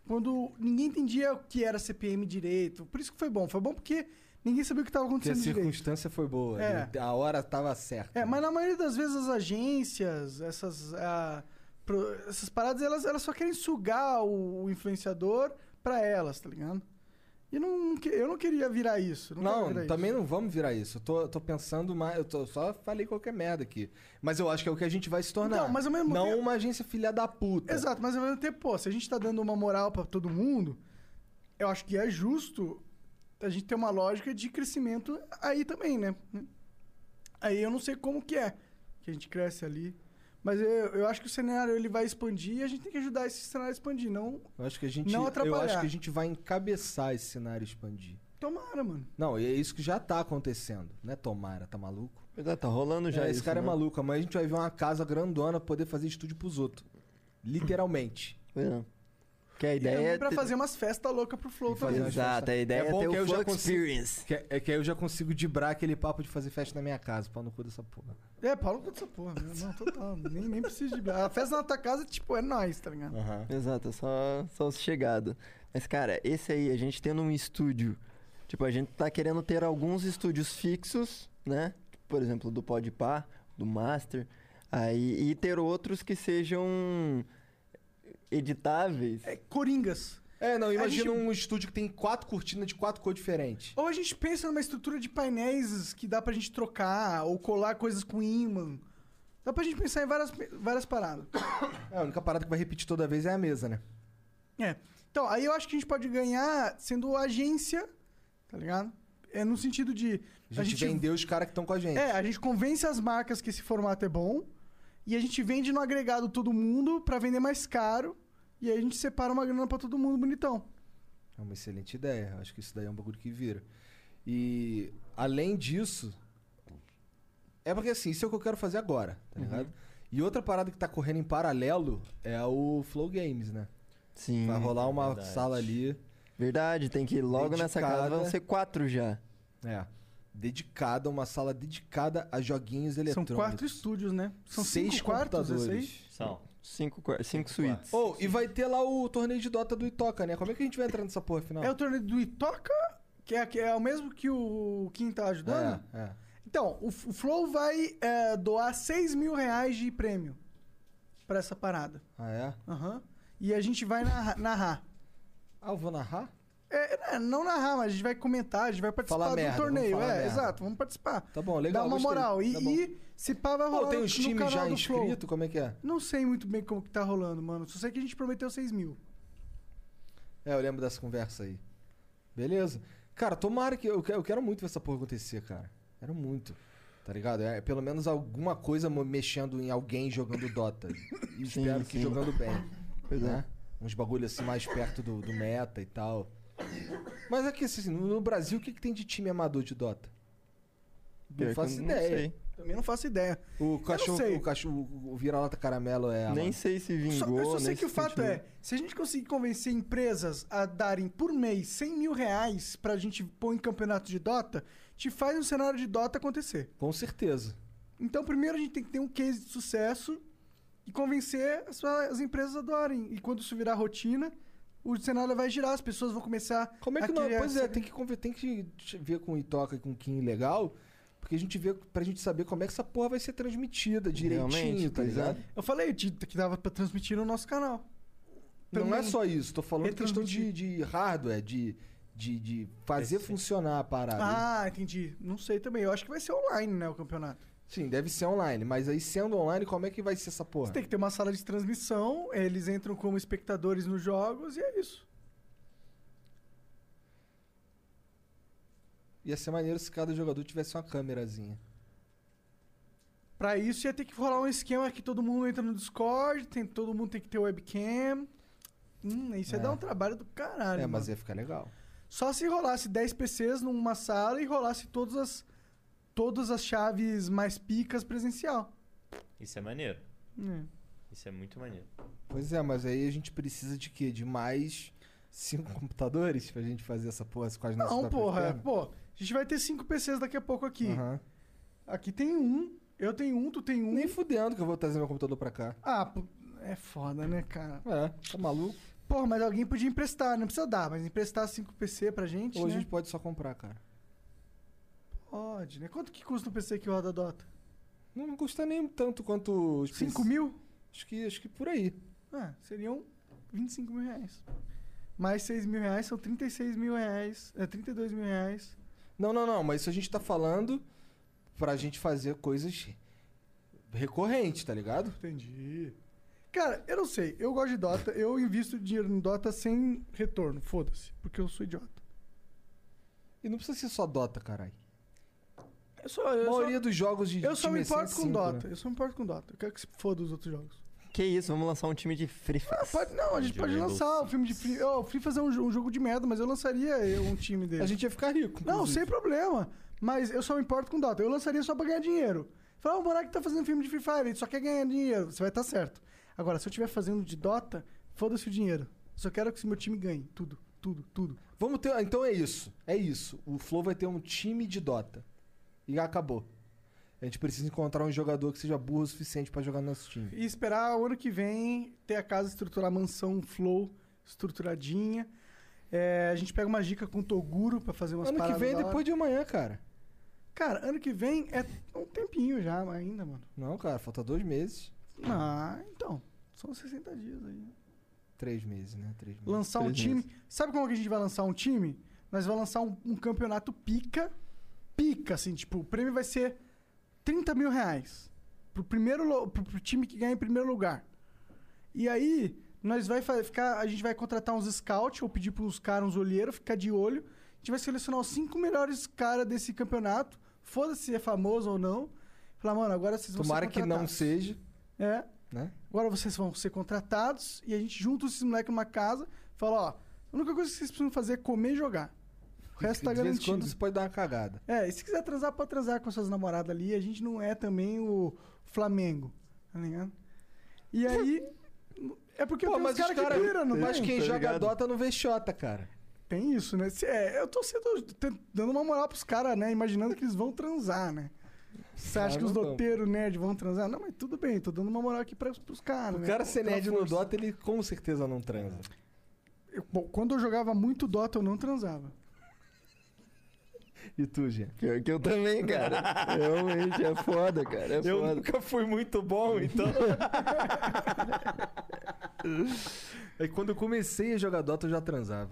E: quando ninguém entendia o que era CPM direito. Por isso que foi bom. Foi bom porque ninguém sabia o que estava
C: Porque a
E: acontecendo direito.
C: circunstância foi boa.
E: É.
C: e A hora tava certa.
E: É, mas na maioria das vezes as agências, essas, ah, pro- essas paradas, elas, elas só querem sugar o, o influenciador pra elas, tá ligado? E E não, que- eu não queria virar isso. Não, quero
C: Não,
E: virar
C: também não vamos virar isso. Eu tô, eu tô pensando mais. Eu tô- só falei qualquer merda aqui. Mas eu acho que é o que a gente vai se tornar.
E: Então, mas ao mesmo
C: não
E: tempo-
C: uma agência filha da puta.
E: Exato, mas ao mesmo tempo, pô, se a gente tá dando uma moral pra todo mundo, eu acho que é justo a gente ter uma lógica de crescimento aí também, né? Aí eu não sei como que é que a gente cresce ali. Mas eu, eu acho que o cenário ele vai expandir e a gente tem que ajudar esse cenário a expandir, não
C: Eu acho que a gente.
E: Não
C: eu acho
E: atrapalhar.
C: que a gente vai encabeçar esse cenário expandir.
E: tomara, mano.
C: Não, e é isso que já tá acontecendo, né, Tomara? Tá maluco?
F: Cuidado, tá rolando já
C: É, esse
F: isso,
C: cara
F: né?
C: é maluco, mas a gente vai ver uma casa grandona pra poder fazer estúdio pros outros. Literalmente.
F: É. Que a
E: E
F: ideia
E: também
F: é
E: pra
F: ter-
E: fazer um umas festas loucas pro Flow
C: Fazer
E: também.
C: umas festas.
F: é
C: bom que eu já consigo- que é- é que aí eu já consigo dibrar aquele papo de fazer festa na minha casa, pau no cu dessa porra.
E: É, Paulo com essa porra, meu. Não, total. nem, nem preciso de. A festa na tua casa, tipo, é nóis, tá ligado?
F: Exato, é só, só os chegados. Mas, cara, esse aí, a gente tendo um estúdio. Tipo, a gente tá querendo ter alguns estúdios fixos, né? Por exemplo, do Podpah, do Master. Aí, e ter outros que sejam editáveis.
E: Coringas.
C: É, não, imagina
E: imagina
C: um estúdio que tem quatro cortinas de quatro cores diferentes.
E: Ou a gente pensa numa estrutura de painéis que dá pra gente trocar, ou colar coisas com ímã. Dá pra gente pensar em várias, várias paradas.
C: É, a única parada que vai repetir toda vez é a mesa, né?
E: É. Então, aí eu acho que a gente pode ganhar sendo agência, tá ligado? É no sentido de.
C: A gente, vendeu os caras que estão com a gente.
E: É, a gente convence as marcas que esse formato é bom. E a gente vende no agregado todo mundo pra vender mais caro. E aí a gente separa uma grana pra todo mundo bonitão.
C: É uma excelente ideia. Eu Acho que isso daí é um bagulho que vira. E além disso, é porque assim, isso é o que eu quero fazer agora, tá
E: Uhum.
C: ligado? E outra parada que tá correndo em paralelo é o Flow Games, né?
F: Sim.
E: Hum,
C: Vai rolar uma
F: Verdade.
C: sala ali.
F: Verdade, tem que ir logo nessa casa,
C: Dedicada.
F: vão ser quatro já.
C: É. Dedicada, uma sala dedicada a joguinhos
E: São
C: eletrônicos.
E: quatro estúdios, né? São
C: seis
E: cinco quartos, é
C: computadores.
E: seis?
F: São. Cinco, quar- cinco suítes.
C: Oh, e vai ter lá o torneio de Dota do Itoca, né? Como é que a gente vai entrar nessa porra final?
E: É o torneio do Itoca, que é, que é o mesmo que o Kim tá ajudando?
C: É, é.
E: Então, o, F- o Flow vai é, doar 6 mil reais de prêmio pra essa parada.
C: Ah, é?
E: Aham. E a gente vai narra- narrar.
C: Ah, eu vou narrar?
E: É, é, não narrar, mas a gente vai comentar, a gente vai participar
C: Falar
E: do
C: merda, vamos
E: torneio.
C: falar
E: é,
C: merda.
E: exato, vamos participar.
C: Tá bom, legal.
E: Dá uma
C: gostei.
E: moral. E,
C: Tá bom.
E: e se pá, vai rolar
C: Pô, tem
E: no-
C: os
E: Tá no
C: times
E: canal
C: já
E: do Flow.
C: inscritos? Como é que é?
E: Não sei muito bem como que tá rolando, mano. Só sei que a gente prometeu 6 mil.
C: É, eu lembro dessa conversa aí. Beleza. Cara, tomara que. Eu que- eu quero muito ver essa porra acontecer, cara. Quero muito. Tá ligado? É pelo menos alguma coisa mo- mexendo em alguém jogando Dota. E espero que
F: sim.
C: jogando bem.
F: Pois é.
C: né? Uns bagulho assim mais perto do, do meta e tal. Mas é que assim, no no Brasil, o que, que tem de time amador de Dota?
F: Pior
C: Não
F: que
C: faço
F: eu não
C: ideia.
F: sei.
E: Também não faço ideia.
C: O cachorro,
E: sei.
C: o cachorro, o vira-lata caramelo é.
F: Nem
C: amado.
F: sei se
E: Tá, Só-
F: vingou.
E: eu só sei
F: nem
E: que o
F: se
E: fato
F: continuou.
E: é, se a gente conseguir convencer empresas a darem por mês 100 mil reais pra gente pôr em campeonato de Dota, te faz um cenário de Dota acontecer.
C: Com certeza.
E: Então, primeiro a gente tem que ter um case de sucesso e convencer as, sua- as empresas a doarem. E quando isso virar rotina, o cenário vai girar, as pessoas vão começar
C: Como é que
E: a
C: não?
E: criar
C: Pois é,
E: essa-
C: tem que, conver- tem que ver com o Itoca e com o Kim legal, porque a gente vê pra gente saber como é que essa porra vai ser transmitida direitinho,
F: Realmente,
C: tá
F: pois
C: ligado?
E: Eu falei de- que dava pra transmitir no nosso canal.
C: Não é
E: Também-
C: só isso, tô falando de questão de, de hardware, de, de, de fazer funcionar a parada.
E: Ah, entendi. Não sei também. Eu acho que vai ser online, né, o campeonato.
C: Sim, deve ser online, mas aí sendo online, como é que vai ser essa porra?
E: Você tem que ter uma sala de transmissão, eles entram como espectadores nos jogos e é isso.
C: Ia ser maneiro se cada jogador tivesse uma câmerazinha.
E: Pra isso ia ter que rolar um esquema que todo mundo entra no Discord, tem, todo mundo tem que ter webcam. Hum, isso ia
C: É.
E: dar um trabalho do caralho.
C: é, mas
E: mano.
C: ia ficar legal.
E: Só se rolasse 10 PCs numa sala e rolasse todas as, todas as chaves mais picas presencial.
I: Isso é maneiro.
E: É.
I: Isso é muito maneiro.
C: Pois é, mas aí a gente precisa de quê? De mais cinco computadores pra gente fazer essa porra com as nossas
E: Não,
C: próprias
E: porra.
C: pernas?
E: Pô, a gente vai ter 5 PCs daqui a pouco aqui.
C: né? Aham.
E: Aqui tem um, eu tenho um, tu tem um.
C: Nem fudendo que eu vou trazer meu computador pra cá.
E: Ah, pô, é foda, né, cara?
C: É, tá maluco?
E: Porra, mas alguém podia emprestar, não precisa dar, mas emprestar 5 PC pra gente,
C: Hoje a
E: né?
C: gente pode só comprar, cara.
E: Pode, né? Quanto que custa um PC que roda Dota?
C: Não, não custa nem tanto quanto. os
E: 5
C: princ-
E: mil?
C: Acho que, acho que por aí.
E: Ah, seriam 25 mil reais. Mais 6 mil reais são 36 mil reais. É 32 mil reais.
C: Não, não, não, mas isso a gente tá falando pra gente fazer coisas recorrentes, tá ligado?
E: Entendi. Cara, eu não sei. Eu gosto de Dota. Eu invisto dinheiro em Dota sem retorno. Foda-se. Porque eu sou idiota.
C: E não precisa ser só Dota, caralho.
E: Eu sou,
C: A maioria dos jogos de
E: Eu só
C: time
E: me
C: é
E: importo
C: sem
E: com
C: cinco,
E: Dota.
C: né?
E: Eu só me importo com Dota. Eu quero que se foda os outros jogos.
F: Que isso, vamos lançar um time de Free Fire.
E: Ah, Pode- não, a gente pode lançar o filme de Free. ó, o Free fazer um, jo- um jogo de merda, mas eu lançaria eu- um time dele.
C: A gente ia ficar rico.
E: Não, sem problema. Mas eu só me importo com Dota. Eu lançaria só pra ganhar dinheiro. Falar, ah, o Monark tá fazendo filme de Free Fire, ele só quer ganhar dinheiro. Você vai estar certo. Agora, se eu estiver fazendo de Dota, foda-se o dinheiro. Só quero que esse meu time ganhe. Tudo, tudo, tudo.
C: Vamos ter. Então é isso. É isso. O Flow vai ter um time de Dota. E acabou. A gente precisa encontrar um jogador que seja burro o suficiente pra jogar no nosso time.
E: E esperar o ano que vem ter a casa estruturar a mansão Flow estruturadinha. É, a gente pega uma dica com o Toguro pra fazer umas
C: Ano que
E: paradas
C: vem é
E: da hora.
C: depois de amanhã, cara.
E: Cara, ano que vem é um tempinho já ainda, mano.
C: Não, cara, falta dois meses.
E: Ah, então. São 60 dias aí. né?
C: Três meses, né? Três meses.
E: Lançar um
C: Três
E: time.
C: meses.
E: Sabe como que a gente vai lançar um time? Nós vamos lançar um, um campeonato pica. Pica, assim, tipo, o prêmio vai ser 30 mil reais. Pro, primeiro, lo- pro, pro time que ganha em primeiro lugar. E aí, nós vai fa- ficar. A gente vai contratar uns scouts ou pedir pros caras, uns olheiros, ficar de olho. A gente vai selecionar os cinco melhores caras desse campeonato. Foda-se se é famoso ou não. Falar, mano, agora vocês vão ser
C: Tomara que não
E: contratados."
C: seja,
E: É.
C: né?
E: Agora vocês vão ser contratados e a gente junta esses moleques numa casa e fala, ó, a única coisa que vocês precisam fazer é comer e jogar. O resto tá
C: de vez em
E: garantido.
C: quando você pode dar uma cagada.
E: É, e se quiser transar, pode transar com suas namoradas ali. A gente não é também o Flamengo, tá ligado? E aí... É porque tem uns caras que piram, não
C: Mas
E: tem?
C: quem
E: Tá
C: joga
E: ligado?
C: Dota não vê Xota, cara.
E: Tem isso, né? Se- É, eu tô sendo, te- dando uma moral pros caras, né? Imaginando que eles vão transar, né? Você acha
C: Ah,
E: que os
C: não vão.
E: doteiros nerd vão transar? Não, mas tudo bem, tô dando uma moral aqui pra, pros caras.
C: O
E: né?
C: cara ser
E: Pela
C: nerd no
E: força.
C: Dota, ele com certeza não transa.
E: Eu- bom, quando eu jogava muito Dota, eu não transava.
C: E tu, Gê?
F: Pior que eu também, cara. Realmente é foda, cara. É
I: Eu
F: foda.
I: nunca fui muito bom, então.
C: Aí É quando eu comecei a jogar Dota, eu já transava.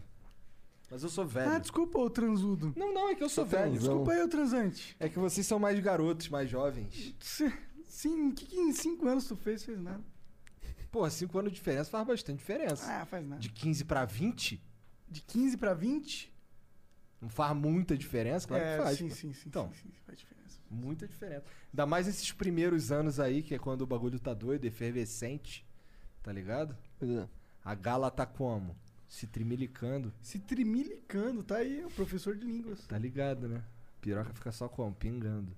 C: Mas eu sou velho.
E: Ah, desculpa, ô transudo.
C: Não, não, é que eu sou
E: Tá
C: velho.
E: transão. Desculpa aí, ô transante.
C: É que vocês são mais garotos, mais jovens.
E: Se- Sim, o que, que em cinco anos tu fez? Fez nada.
C: Pô, 5 anos de diferença faz bastante diferença.
E: Ah, faz nada.
C: De 15 pra 20,
E: De 15 pra 20?
C: não faz muita diferença? Claro
E: é,
C: que faz.
E: sim,
C: pô.
E: sim, sim,
C: Então,
E: sim, sim, faz diferença.
C: muita diferença. Ainda mais esses primeiros anos aí, que é quando o bagulho tá doido, efervescente. Tá ligado? A gala tá como? Se trimilicando.
E: Se trimilicando, tá aí, o professor de línguas.
C: Tá ligado, né? Piroca fica só como? Pingando.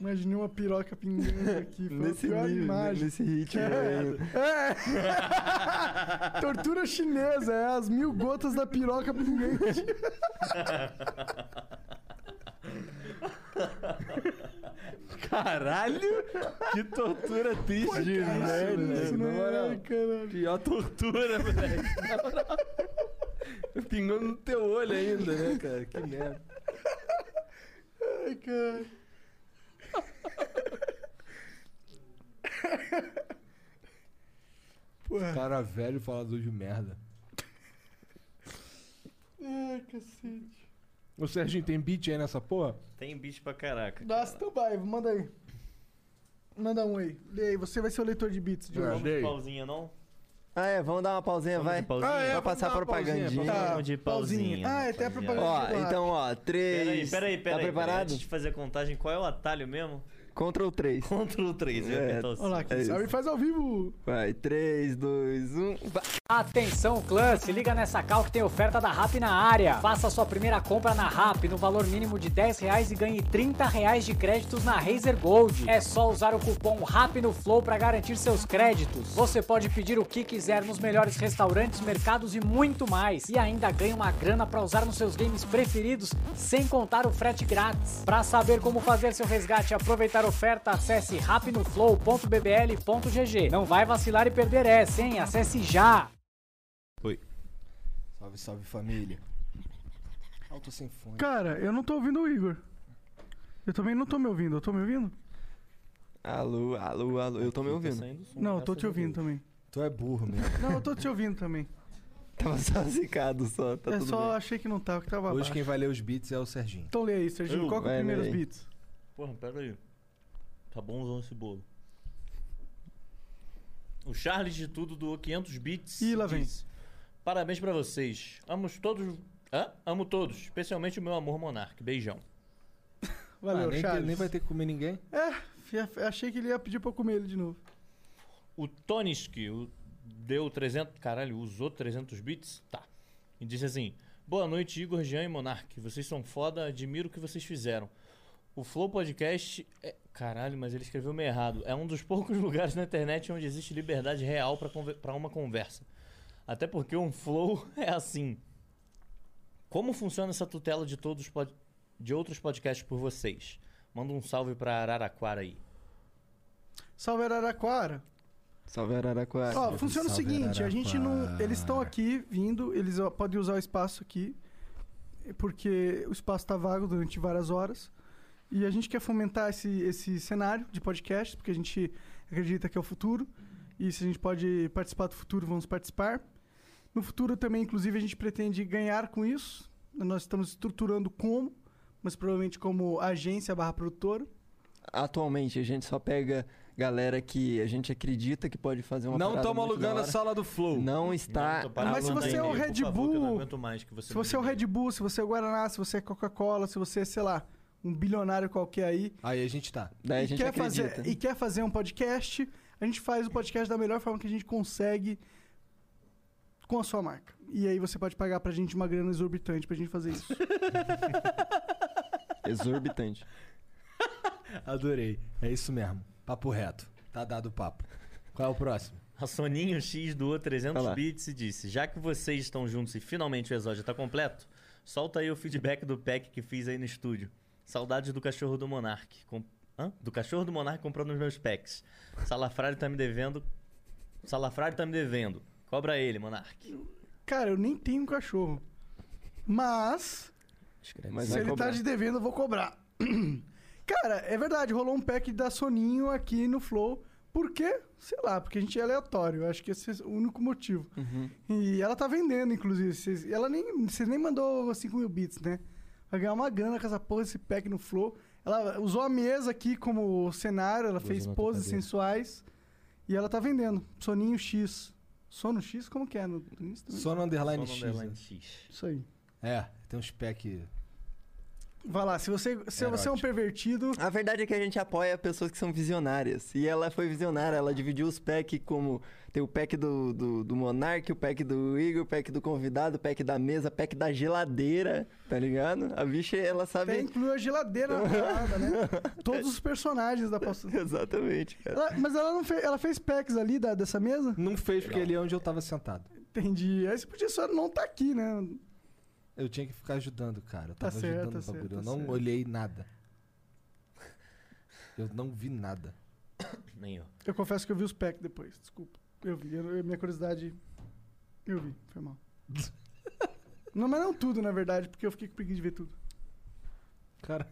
E: Imaginei uma piroca pingando aqui. Foi a
F: Nesse
E: pior
C: né,
F: nível,
E: imagem.
F: nesse ritmo aí.
E: É. Tortura chinesa, é as mil gotas da piroca pingante.
I: Caralho! Que tortura triste,
E: Caralho, isso não
F: né,
E: é, caralho.
I: Pior tortura, velho.
C: Pingou no teu olho ainda, né, cara? Que merda.
E: Ai, cara. Porra.
C: Cara velho falador de merda.
E: Ai, cacete.
C: Ô, Serginho, tem beat aí nessa porra?
I: Tem bicho pra caraca.
E: Nossa, então vai, manda aí. Manda um aí. Lê aí, você vai ser o leitor de beats de hoje.
I: Vamos de pausinha, não?
F: Ah, é, vamos dar uma pausinha,
I: Vamos
F: vai.
I: de pausinha? Ah, é,
F: vai
I: vamos
F: passar
I: dar uma pausinha,
F: propagandinha.
I: pausinha. Vamos de pausinha.
E: Ah, é até a propaganda.
F: Ó,
E: do
F: então, ó,
I: Peraí,
F: três.
I: peraí, peraí.
F: Tá preparado?
I: Antes de fazer a contagem, qual é o atalho mesmo?
F: Ctrl 3.
I: Ctrl 3, eu ia
F: É.
I: apertar o
E: Olha lá,
F: É
E: quem
F: isso.
E: sabe faz ao vivo.
F: Vai, um, 3, 2, 1.
J: Atenção, clã! Se liga nessa cal que tem oferta da RAP na área. Faça sua primeira compra na RAP no valor mínimo de 10 reais e ganhe 30 reais de créditos na Razer Gold. É só usar o cupom RAP no Flow para garantir seus créditos. Você pode pedir o que quiser nos melhores restaurantes, mercados e muito mais. E ainda ganhe uma grana para usar nos seus games preferidos, sem contar o frete grátis. Para saber como fazer seu resgate e aproveitar a oferta, acesse rapnoflow.bbl.gg. Não vai vacilar e perder essa, hein? Acesse já!
C: Salve, salve família. Alto sem fone.
E: Cara, eu não tô ouvindo o Igor. Eu também não tô me ouvindo. Eu tô me ouvindo?
F: Alô, alô, alô. Eu tô me ouvindo.
E: Não, eu tô te ouvindo também.
K: Tu é burro mesmo.
E: Não, eu tô te ouvindo também.
F: Tava só zicado só, tá
I: É
E: eu
F: tudo
E: só
F: bem.
E: achei que não tava, que tava
K: Hoje
E: abaixo.
K: quem vai ler os beats é o Serginho.
E: Então lê aí, Serginho.
K: Eu?
E: Qual que é o
K: Vai,
E: primeiro
K: lê aí.
E: beats?
I: Porra, pera aí. Tá bonzão esse bolo. O Charles de Tudo doou 500 bits.
E: Ih, lá vem.
I: disse, Parabéns pra vocês. Amo todos. Hã? Amo todos, especialmente o meu amor Monark. Beijão.
E: Valeu,
I: Ah, nem-
E: Charles.
I: nem vai
K: ter que comer ninguém?
E: É, fi- achei que ele ia pedir pra eu comer ele de novo.
I: O Toniski o- deu 300. Caralho, usou 300 bits? Tá. E disse assim: Boa noite, Igor, Jean e Monark. Vocês são foda, admiro o que vocês fizeram. O Flow Podcast. é- Caralho, mas ele escreveu meio errado. É um dos poucos lugares na internet onde existe liberdade real pra conver- pra uma conversa. Até porque um Flow é assim. Como funciona essa tutela de todos os pod- de outros podcasts por vocês? Manda um salve pra Araraquara aí.
E: Salve Araraquara.
F: Salve Araraquara.
E: Ó, funciona o seguinte, a gente não. Eles estão aqui vindo, eles ó, podem usar o espaço aqui, porque o espaço tá vago durante várias horas. E a gente quer fomentar esse, esse cenário de podcast, porque a gente acredita que é o futuro. E se a gente pode participar do futuro, vamos participar. No futuro também, inclusive, a gente pretende ganhar com isso. Nós estamos estruturando como, mas provavelmente como agência barra produtora.
F: Atualmente, a gente só pega galera que a gente acredita que pode fazer uma
K: Não
F: parada
K: tamo
F: muito da
K: alugando a
F: hora.
K: sala do Flow.
F: Não está...
I: tô parado
E: Mas se você é o
I: Por
E: Red
I: favor,
E: Bull-
I: que eu não aguento mais que você
E: Se você é o Red Bull, se você é o Guaraná, se você é Coca-Cola, se você é, sei lá, um bilionário qualquer aí.
K: Aí a gente tá.
E: e, quer fazer, e quer fazer um podcast, a gente faz o podcast da melhor forma que a gente consegue com a sua marca. E aí você pode pagar pra gente uma grana exorbitante pra gente fazer isso.
F: Exorbitante.
K: Adorei. É isso mesmo. Papo reto. Tá dado o papo. Qual é o próximo?
I: A Soninho X doou
K: Vai
I: 300
K: lá.
I: bits e disse: Já que vocês estão juntos e finalmente o exódio tá completo, solta aí o feedback do pack que fiz aí no estúdio. Saudades do cachorro do Monark. Com- Hã? Do cachorro do Monark comprando os meus packs. Salafrário tá me devendo. Salafrário tá me devendo. Cobra ele, Monark.
E: Cara, eu nem tenho um cachorro. Mas.
I: Mas
E: se
I: vai
E: ele tá
I: cobrar.
E: de devendo, eu vou cobrar. Cara, é verdade, rolou um pack da Soninho aqui no Flow. Por quê? Sei lá, porque a gente é aleatório. Acho que esse é o único motivo. E ela tá vendendo, inclusive. Vocês- Ela nem, você nem mandou 5 mil bits, né? Vai ganhar uma grana com essa porra, esse pack no Flow. Ela usou a mesa aqui como cenário, ela fez
K: na tua
E: poses
K: cadeira.
E: sensuais. E ela tá vendendo. Soninho X. Sono X? Como que é? No, no Insta?
K: Sono underline Sono X, underline né?
E: Isso aí.
K: É, tem uns pack.
E: Vai lá, se você, se você é um
F: Erótico.
E: pervertido.
F: A verdade é que a gente apoia pessoas que são visionárias. E ela foi visionária, ela dividiu os packs como... Tem o pack do, do, do Monark, o pack do Igor, o pack do convidado, o pack da mesa, o pack da geladeira, tá ligado? A bicha, ela sabe...
E: Até incluiu a geladeira na parada, né? Todos os personagens da Paulson.
F: Exatamente, cara.
E: Ela- mas ela não fez, ela fez packs ali da- dessa mesa?
K: Não fez, porque ele é onde eu tava sentado.
E: Entendi. Aí você podia só não tá aqui, né?
K: Eu tinha que ficar ajudando, cara. Eu
E: Tá
K: tava
E: certo,
K: ajudando
E: tá
K: o bagulho.
E: certo,
K: eu
E: tá
K: não
E: certo.
K: olhei nada. Eu não vi nada.
I: Nem eu.
E: Eu confesso que eu vi os packs depois, desculpa. Eu vi, eu- eu- minha curiosidade. Eu vi, foi mal. não, mas não tudo, na verdade, porque eu fiquei com preguiça de ver tudo.
K: Cara.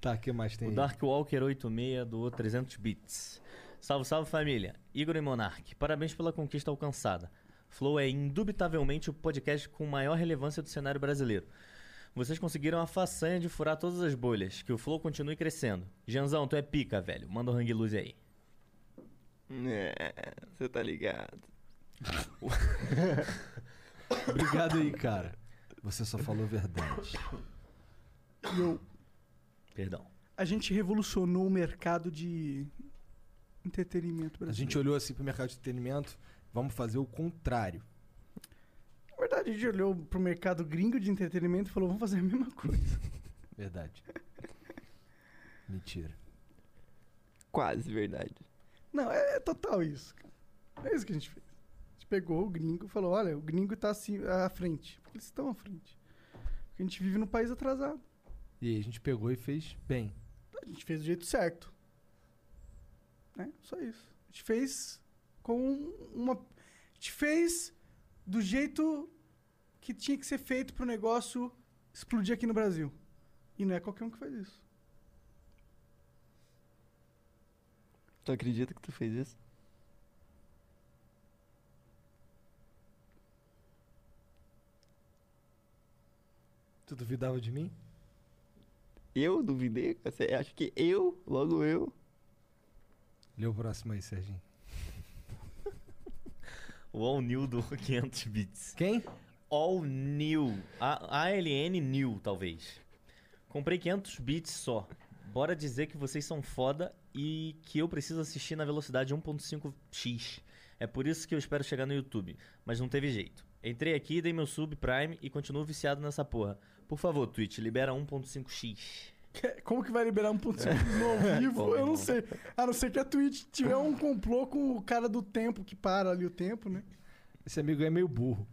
K: Tá, o que mais tem
I: O
K: aí?
I: Darkwalker86 doou 300 bits. Salve, salve família. Igor e Monark, parabéns pela conquista alcançada. Flow é indubitavelmente o podcast com maior relevância do cenário brasileiro. Vocês conseguiram a façanha de furar todas as bolhas, que o Flow continue crescendo. Janzão, tu é pica, velho. Manda o hang luz aí.
F: É, você tá ligado.
K: Obrigado aí, cara. Você só falou verdade.
E: E eu,
I: Perdão.
E: a gente revolucionou o mercado de entretenimento brasileiro.
K: A gente olhou assim pro mercado de entretenimento, vamos fazer o contrário.
E: Na verdade, a gente olhou pro mercado gringo de entretenimento e falou, vamos fazer a mesma coisa.
K: Verdade. Mentira.
F: Quase verdade.
E: Não, é, é total isso, cara. É isso que a gente fez. A gente pegou o gringo e falou, olha, o gringo tá assim, à frente. Porque eles estão à frente. Porque a gente vive num país atrasado.
K: E aí a gente pegou e fez bem.
E: A gente fez do jeito certo. Né? Só isso. A gente fez com uma... A gente fez do jeito que tinha que ser feito pro negócio explodir aqui no Brasil. E não é qualquer um que faz isso.
F: Tu acredita que tu fez isso?
C: duvidava de mim?
F: Eu duvidei? Você acha que eu, logo eu?
C: Lê o próximo aí, Serginho.
I: O All New do 500 bits.
C: Quem?
I: All New. A- ALN New, talvez. Comprei 500 bits só. Bora dizer que vocês são foda e que eu preciso assistir na velocidade 1.5x. É por isso que eu espero chegar no YouTube, mas não teve jeito. Entrei aqui, dei meu sub Prime e continuo viciado nessa porra. Por favor, Twitch, libera 1.5x.
E: Que- Como que vai liberar um ponto
F: É.
E: ao vivo?
I: Bom,
E: Eu não
I: bom.
E: sei. A não ser que a Twitch tiver um complô com o cara do tempo que para ali o tempo, né?
C: Esse amigo é meio burro.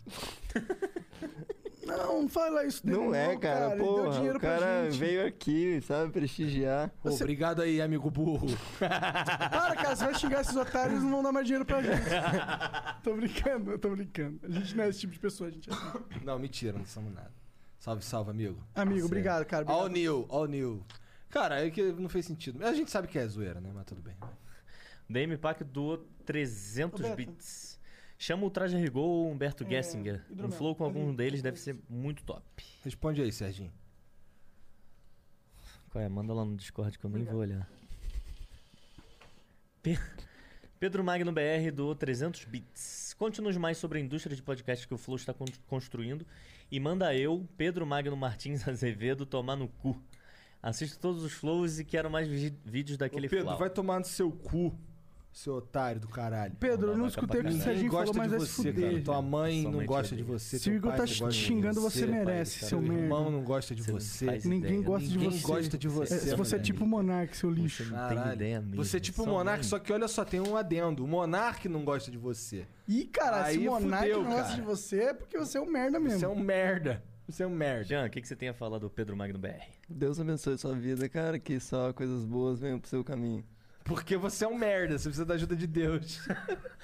E: Não, não fala isso dele.
F: Não é, cara.
E: Ele deu
F: Porra,
E: dinheiro
F: o cara
E: pra gente.
F: veio aqui, sabe, prestigiar.
C: Obrigado aí, amigo burro.
E: Para, cara, você vai xingar esses otários eles não vão dar mais dinheiro pra gente. tô brincando, eu tô brincando. A gente não é esse tipo de pessoa, a gente é assim.
C: Não, mentira, não somos nada. Salve, salve, amigo. Tá
E: Amigo,
F: Tá
E: obrigado, cara, obrigado.
C: All new, all new. Cara, é que não fez sentido. Mas A gente sabe que é zoeira, né? Mas tudo bem.
I: DM Pack doou 300
C: Roberto.
I: bits. Chama o Traje a Rigor ou o Humberto
C: É,
I: Gessinger. Um
C: hidromel.
I: flow com algum deles deve ser muito top.
C: Responde aí, Serginho.
I: Qual é? Manda lá no Discord que eu nem vou olhar. Pe- Pedro Magno BR doou 300 bits. Conte-nos mais sobre a indústria de podcast que o Flow está con- construindo e manda eu, Pedro Magno Martins Azevedo, tomar no cu. Assisto todos os flows e quero mais vi- vídeos daquele
C: Ô, Pedro,
I: Flow.
C: vai tomar no seu cu, seu otário do caralho.
E: Pedro, eu não escutei o que o Serginho falou, mas vai
C: de
E: se
C: você,
E: fuder.
C: cara. Tua mãe não
E: Somente
C: gosta
E: odeio.
C: de você.
E: Se
C: teu
E: o Igor
C: pai
E: tá
C: não gosta de
E: xingando, você merece, seu
C: Teu irmão
E: merda.
C: não gosta de você.
E: Ninguém gosta de você.
C: Ninguém gosta de você.
E: É, se você é
C: mano.
E: tipo o Monark, seu lixo.
C: Caralho. Você é tipo o Monark, só que olha só, tem um adendo. O Monark não gosta de você.
E: Ih, cara,
C: Aí
E: se o Monark
C: fudeu,
E: não gosta
C: cara.
E: de você é porque você é um merda mesmo. Você é
C: um merda. Você é um merda.
I: Jean, o que, que você tem a falar do Pedro Magno BR?
F: Deus abençoe sua vida, cara, que só coisas boas venham pro seu caminho.
C: Porque você é um merda, você precisa da ajuda de Deus.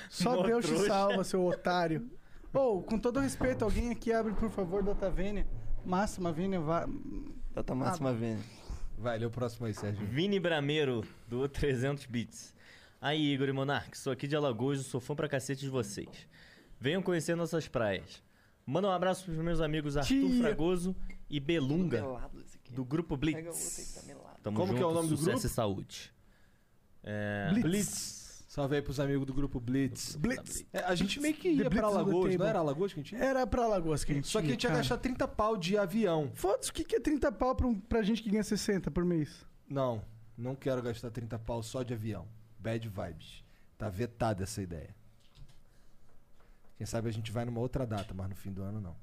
E: Só
F: Mó
E: Deus te
F: trouxa.
E: salva, seu otário. Ou, com todo respeito, alguém aqui abre, por favor, Data Vênia. Máxima Vênia, vá...
F: Data
E: Máxima
F: Vênia.
C: Vai, lê o próximo aí, Sérgio.
I: Vini Brameiro, do 300 Bits. Aí, Igor e Monark, sou aqui de Alagoas e sou fã pra cacete de vocês. Venham conhecer nossas praias. Manda um abraço pros meus amigos Arthur
F: Tia.
I: Fragoso e Belunga,
F: melado
I: do Grupo
F: Pega outro aí que
I: Blitz.
F: tá melado.
I: Tamo
C: Como que é o
I: junto,
C: nome do
I: sucesso
C: grupo?
I: e saúde. É...
C: Blitz. Salve aí pros amigos do grupo Blitz.
E: Blitz.
C: É, a gente meio que
E: The
C: ia
E: Blitz
C: pra
E: on the
C: Alagoas, não
E: table.
C: era Alagoas que a gente ia?
E: Era pra Alagoas que a gente
C: Só que a gente ia gastar 30 pau de avião.
E: Foda-se, o que, que é 30 pau pra, um- pra gente que ganha 60 por mês?
C: Não, não quero gastar 30 pau só de avião. Bad vibes. Tá vetada essa ideia. Quem sabe a gente vai numa outra data, mas no fim do ano não.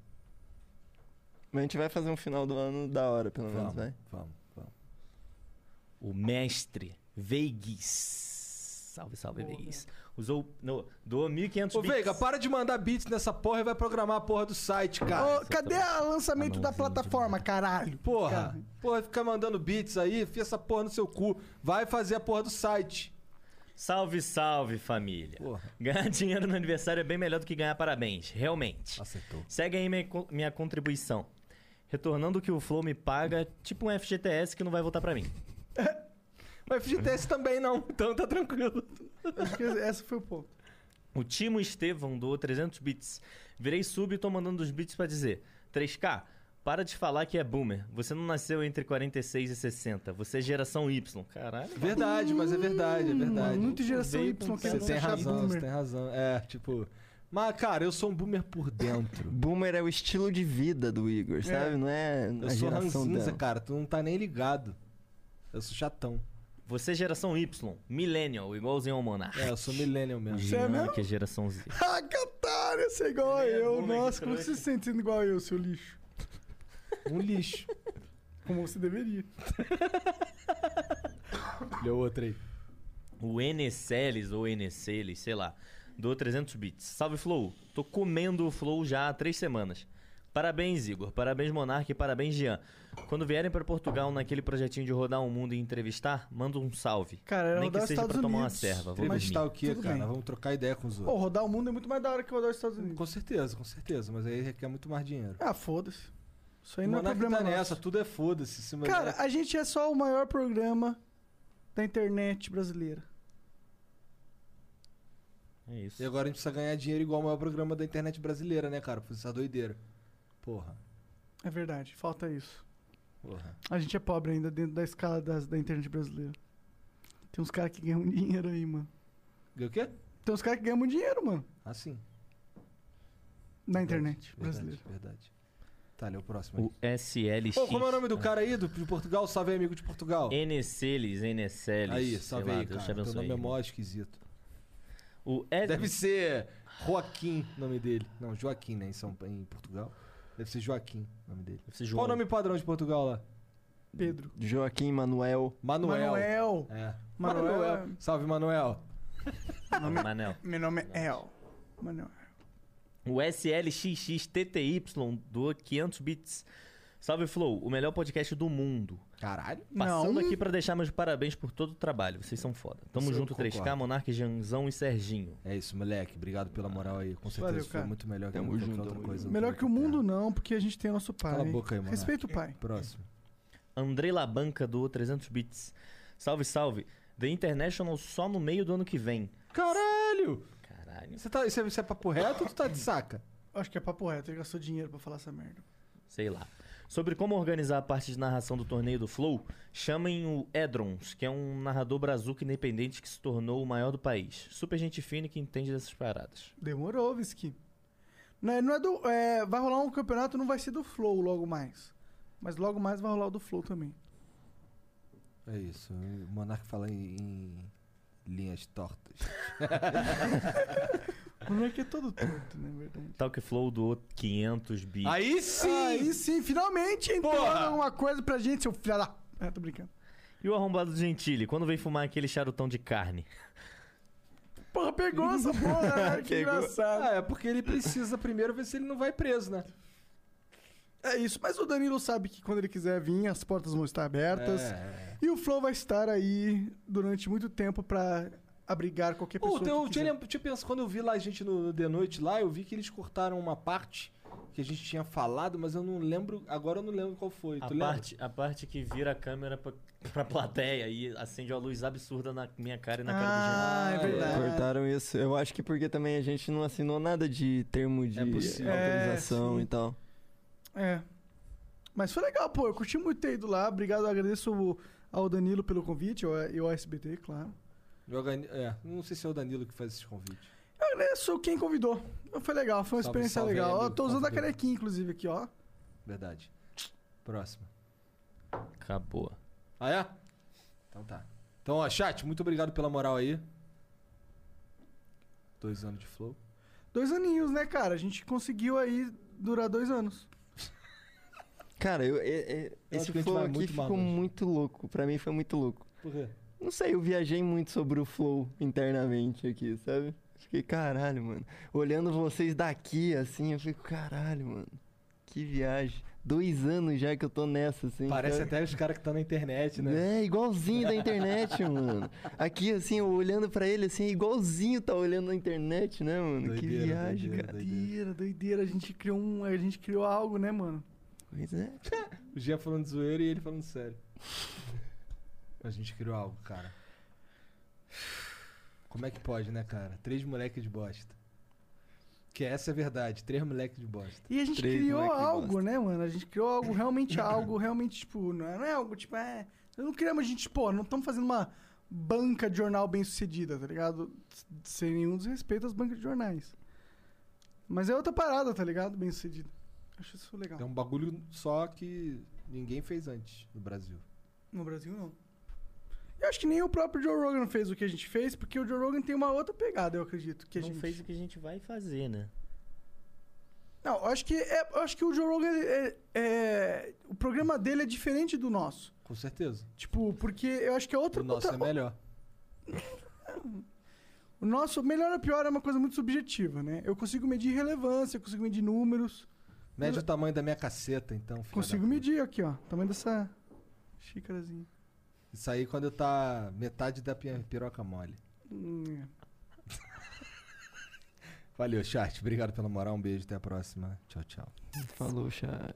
F: Mas a gente vai fazer um final do ano da hora, pelo menos,
C: Vamos,
F: vai.
C: vamos, vamos.
I: O mestre Veigis. Salve, salve, Veigis. Usou. No, doou 1.500
C: Ô,
I: bits.
C: Veiga, para de mandar beats nessa porra e vai programar a porra do site, cara.
E: Ô, cadê o lançamento da plataforma, caralho?
C: Porra,
E: Cara,
C: porra, fica mandando beats aí, enfia essa porra no seu cu. Vai fazer a porra do site.
I: Salve, salve, família. Ganhar dinheiro no aniversário é bem melhor do que ganhar parabéns, realmente.
C: Acertou.
I: Segue aí minha, co- minha contribuição. Retornando o que o Flow me paga, tipo um FGTS que não vai voltar pra mim.
C: O FGTS também não, então tá tranquilo.
E: Acho que esse foi o ponto.
I: O Timo Estevão doou 300 bits. Virei sub e tô mandando os bits pra dizer. 3K, para de falar que é boomer. Você não nasceu entre 46 e 60. Você é geração Y. Caralho.
C: Verdade, mas é verdade, é verdade.
E: Hum, muito geração
C: Veio
E: Y
C: com-
E: que
C: Você
E: não
C: tem
E: acha
C: razão,
E: boomer.
C: você tem razão. É, tipo. Mas, cara, eu sou um boomer por dentro.
F: Boomer é o estilo de vida do Igor, sabe? Não é
C: Eu
F: a
C: sou
F: geração
C: ranzinza,
F: dela.
C: cara, tu não tá nem ligado. Eu sou chatão.
I: Você é geração Y, millennial, igualzinho ao Monark.
C: É, eu sou millennial mesmo.
I: O
E: Você é
I: Jean,
E: mesmo?
I: que é geração Z.
E: Ah, catário, você é igual a eu. Nossa, como você se sente sendo igual a eu, seu lixo?
C: Um lixo.
E: Como você deveria.
C: Olha o outro aí.
I: O NCLs ou NCLs, sei lá, do 300 bits. Salve Flow, tô comendo o Flow já há três semanas. Parabéns, Igor. Parabéns, Monark. e Parabéns, Jean. Quando vierem pra Portugal naquele projetinho de rodar o mundo e entrevistar, manda um salve.
E: Cara, era
I: Nem que
E: rodar os
I: seja pra
E: Estados
I: tomar uma
E: Unidos.
I: serva. vou
C: Entrevistar o
I: dormir.
C: quê,
E: Tudo
C: tá cara?
E: bem.
C: Vamos trocar ideia com os
E: Pô,
C: outros.
E: rodar o mundo é muito mais da hora que rodar os Estados Unidos.
C: Com certeza, com certeza. Mas aí requer muito mais dinheiro.
E: Ah, foda-se. Isso aí
C: O
E: não é
C: Monark
E: problema
C: tá
E: nosso.
C: nessa, tudo é foda-se. se mandar-
E: Cara, a gente é só o maior programa da internet brasileira.
I: É isso.
C: E agora a gente precisa ganhar dinheiro igual o maior programa da internet brasileira, né, cara? Pra essa doideira. é Porra.
E: É verdade, falta isso. A gente é pobre ainda dentro da escala das- da internet brasileira. Tem uns caras que ganham dinheiro aí, mano.
C: Ganha o quê?
E: Tem uns caras que ganham muito dinheiro, mano.
C: Ah, sim.
E: Na internet brasileira.
C: Verdade, verdade. Tá, lê o próximo.
I: O né? SLX.
C: Pô, como é o nome do cara aí do, de Portugal? Salve aí, amigo de Portugal.
I: NCLs, NCLs.
C: Aí,
I: sei
C: salve
I: lá,
C: aí,
I: Deus te
C: cara. Teu
I: abençoe.
C: nome é mó esquisito.
I: O
C: Deve ser Joaquim, nome dele. Não, Joaquim, né? Em, São, em Portugal. Deve ser Joaquim, nome dele.
I: Deve ser
C: Qual o nome padrão de Portugal lá?
E: Pedro.
F: Joaquim Manuel.
C: Manuel.
E: Manuel.
C: É.
E: Manuel.
C: Manuel. Salve, Manuel.
I: Manel.
E: Meu nome é El. Mano,
I: O SLXXTTY do 500 bits. Salve Flow, o melhor podcast do mundo.
C: Caralho.
I: Passando
L: Não.
I: aqui pra deixar meus parabéns por todo o trabalho. Vocês são foda. Tamo
C: Isso eu
I: junto, 3K,
C: concordo.
I: Monark, Janzão e Serginho.
C: É isso, moleque. Obrigado pela moral aí. Com certeza
E: Valeu,
C: isso foi
E: cara.
C: muito melhor que
I: Tamo
C: qualquer
I: junto,
C: outra
I: tamo
C: coisa.
E: Melhor que o mundo não, porque a gente tem o nosso pai.
I: Cala a boca aí, mano.
E: Respeita o pai.
C: Próximo.
I: Andrei Labanca do 300 bits. Salve, salve. The International só no meio do ano que vem.
C: Caralho!
I: Caralho.
C: Você tá, isso, é, isso é papo reto ou tu tá de saca?
E: Acho que é papo reto, ele gastou dinheiro pra falar essa merda.
I: Sei lá. Sobre como organizar a parte de narração do torneio do Flow, chamem o Edrons, que é um narrador brazuca independente que se tornou o maior do país. Super gente fina e que entende dessas paradas.
E: Demorou, Visky. Não, é- não é do. é, vai rolar um campeonato, não vai ser do Flow logo mais. Mas logo mais vai rolar o do Flow também.
C: É isso. O Monark fala em, em linhas tortas.
E: O moleque é todo torto, né, verdade?
I: Talk Flow do 500 bits.
C: Aí sim!
E: Aí sim, finalmente entrou
I: Porra!
E: alguma coisa pra gente, seu filho da. É, tô brincando.
I: E o arrombado do Gentili, quando vem fumar aquele charutão de carne?
E: Porra, pegou essa porra, né? Que
I: Pegou.
E: engraçado.
C: Ah, é porque ele precisa primeiro ver se ele não vai preso, né?
E: É isso, mas o Danilo sabe que quando ele quiser vir, as portas vão estar abertas.
C: É.
E: E o Flow vai estar aí durante muito tempo pra abrigar qualquer
C: Pô,
E: pessoa.
C: eu, eu
E: que
C: tinha,
E: quiser.
C: lem- tinha pensado, quando eu vi lá a gente no, no The Noite lá, eu vi que eles cortaram uma parte que a gente tinha falado, mas eu não lembro, agora eu não lembro qual foi.
I: A
C: tu lembra?
I: parte, a parte que vira a câmera pra, pra plateia e acende uma luz absurda na minha cara e na
E: Ah. é
I: cara do Gentili.
F: Cortaram isso. Eu acho que porque também a gente não assinou nada de termo de
I: possível.
F: autorização
E: É, sim.
F: e tal.
E: É. Mas foi legal, pô. Eu curti muito ter ido lá. Obrigado, eu agradeço o- ao Danilo pelo convite ao- e ao SBT, claro.
C: Joga- é, não sei se é o Danilo que faz esses convites.
E: Eu agradeço quem convidou. Foi legal, foi uma
C: Salve,
E: experiência
C: salve aí,
E: legal. Eu
C: amigo,
E: tô usando a
C: convidou.
E: canequinha, inclusive, aqui, ó.
C: Verdade. Próximo.
I: Acabou.
C: Ah, é? Então tá. Então, ó, chat, muito obrigado pela moral aí. Dois anos de flow.
E: Dois aninhos, né, cara? A gente conseguiu aí durar dois anos.
F: Cara, eu, é- é-
E: Eu acho
F: esse
E: que a gente
F: flow
E: vai
F: aqui
E: muito
F: ficou
E: mal hoje.
F: muito louco. Pra mim foi muito louco.
C: Por quê?
F: Não sei, eu viajei muito sobre o flow internamente aqui, sabe? Fiquei, caralho, mano. Olhando vocês daqui, assim, eu fico, caralho, mano. Que viagem. Dois anos já que eu tô nessa, assim.
C: Parece
F: sabe?
C: até os caras que estão na internet, né?
F: É, igualzinho da internet, mano. Aqui, assim, eu olhando pra ele, assim, igualzinho tá olhando na internet, né, mano? que viagem, cara.
E: Doideira, doideira. A gente criou um. A gente criou algo, né, mano?
F: Pois é.
C: O Jean falando zoeira e ele falando sério. A gente criou algo, cara. Como é que pode, né, cara? Três moleques de bosta. Que essa é a verdade, três moleques de bosta.
E: E a gente criou algo, né, mano? A gente criou algo, realmente algo, realmente, tipo, não é, não é algo, tipo, é. Não criamos, a gente, pô, não estamos fazendo uma banca de jornal bem sucedida, tá ligado? S- Sem nenhum desrespeito às bancas de jornais. Mas é outra parada, tá ligado? Bem sucedida. Acho isso legal.
C: É um bagulho só que ninguém fez antes no Brasil.
E: No Brasil, não. Eu acho que nem o próprio Joe Rogan fez o que a gente fez, porque o Joe Rogan tem uma outra pegada, eu acredito. Que a
I: Não
E: gente...
I: fez o que a gente vai fazer, né?
E: Não, eu acho que, é, eu acho que o Joe Rogan, ele é- é- o programa dele é diferente do nosso.
C: Com certeza.
E: Tipo, porque eu acho que é outra...
C: O nosso
E: outra-
C: é melhor.
E: O nosso melhor ou pior é uma coisa muito subjetiva, né? Eu consigo medir relevância, eu consigo medir números.
C: Mede
E: eu
C: o tamanho da minha caceta, então. filha
E: Consigo medir aqui, ó. Tamanho dessa xícarazinha.
C: da- Isso aí quando tá metade da pinha- piroca mole.
E: Hum, é.
C: Valeu, chat. Obrigado pela moral. Um beijo. Até a próxima. Tchau, tchau.
F: Falou, chat.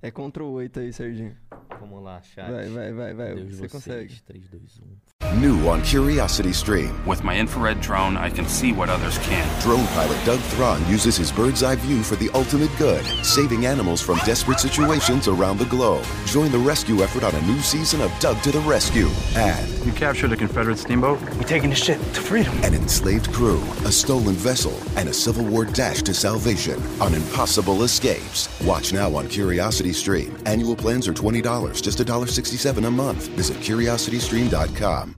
F: É Ctrl 8 aí, Serginho.
I: Vamos lá, chat.
F: Vai, vai, vai, vai.
I: Adeus
F: você
I: vocês. um.
F: consegue.
I: 3, 2, 1.
A: New on Curiosity Stream.
H: With my infrared drone, I can see what others can't.
A: Drone pilot Doug Thron uses his bird's eye view for the ultimate good, saving animals from desperate situations around the globe. Join the rescue effort on a new season of Doug to the Rescue and
H: You captured a Confederate steamboat?
A: We're taking the ship to freedom. An enslaved crew, a stolen vessel, and a Civil War dash to salvation on impossible escapes. Watch now on Curiosity Stream. Annual plans are $20, just $1.67 a month. Visit curiositystream.com.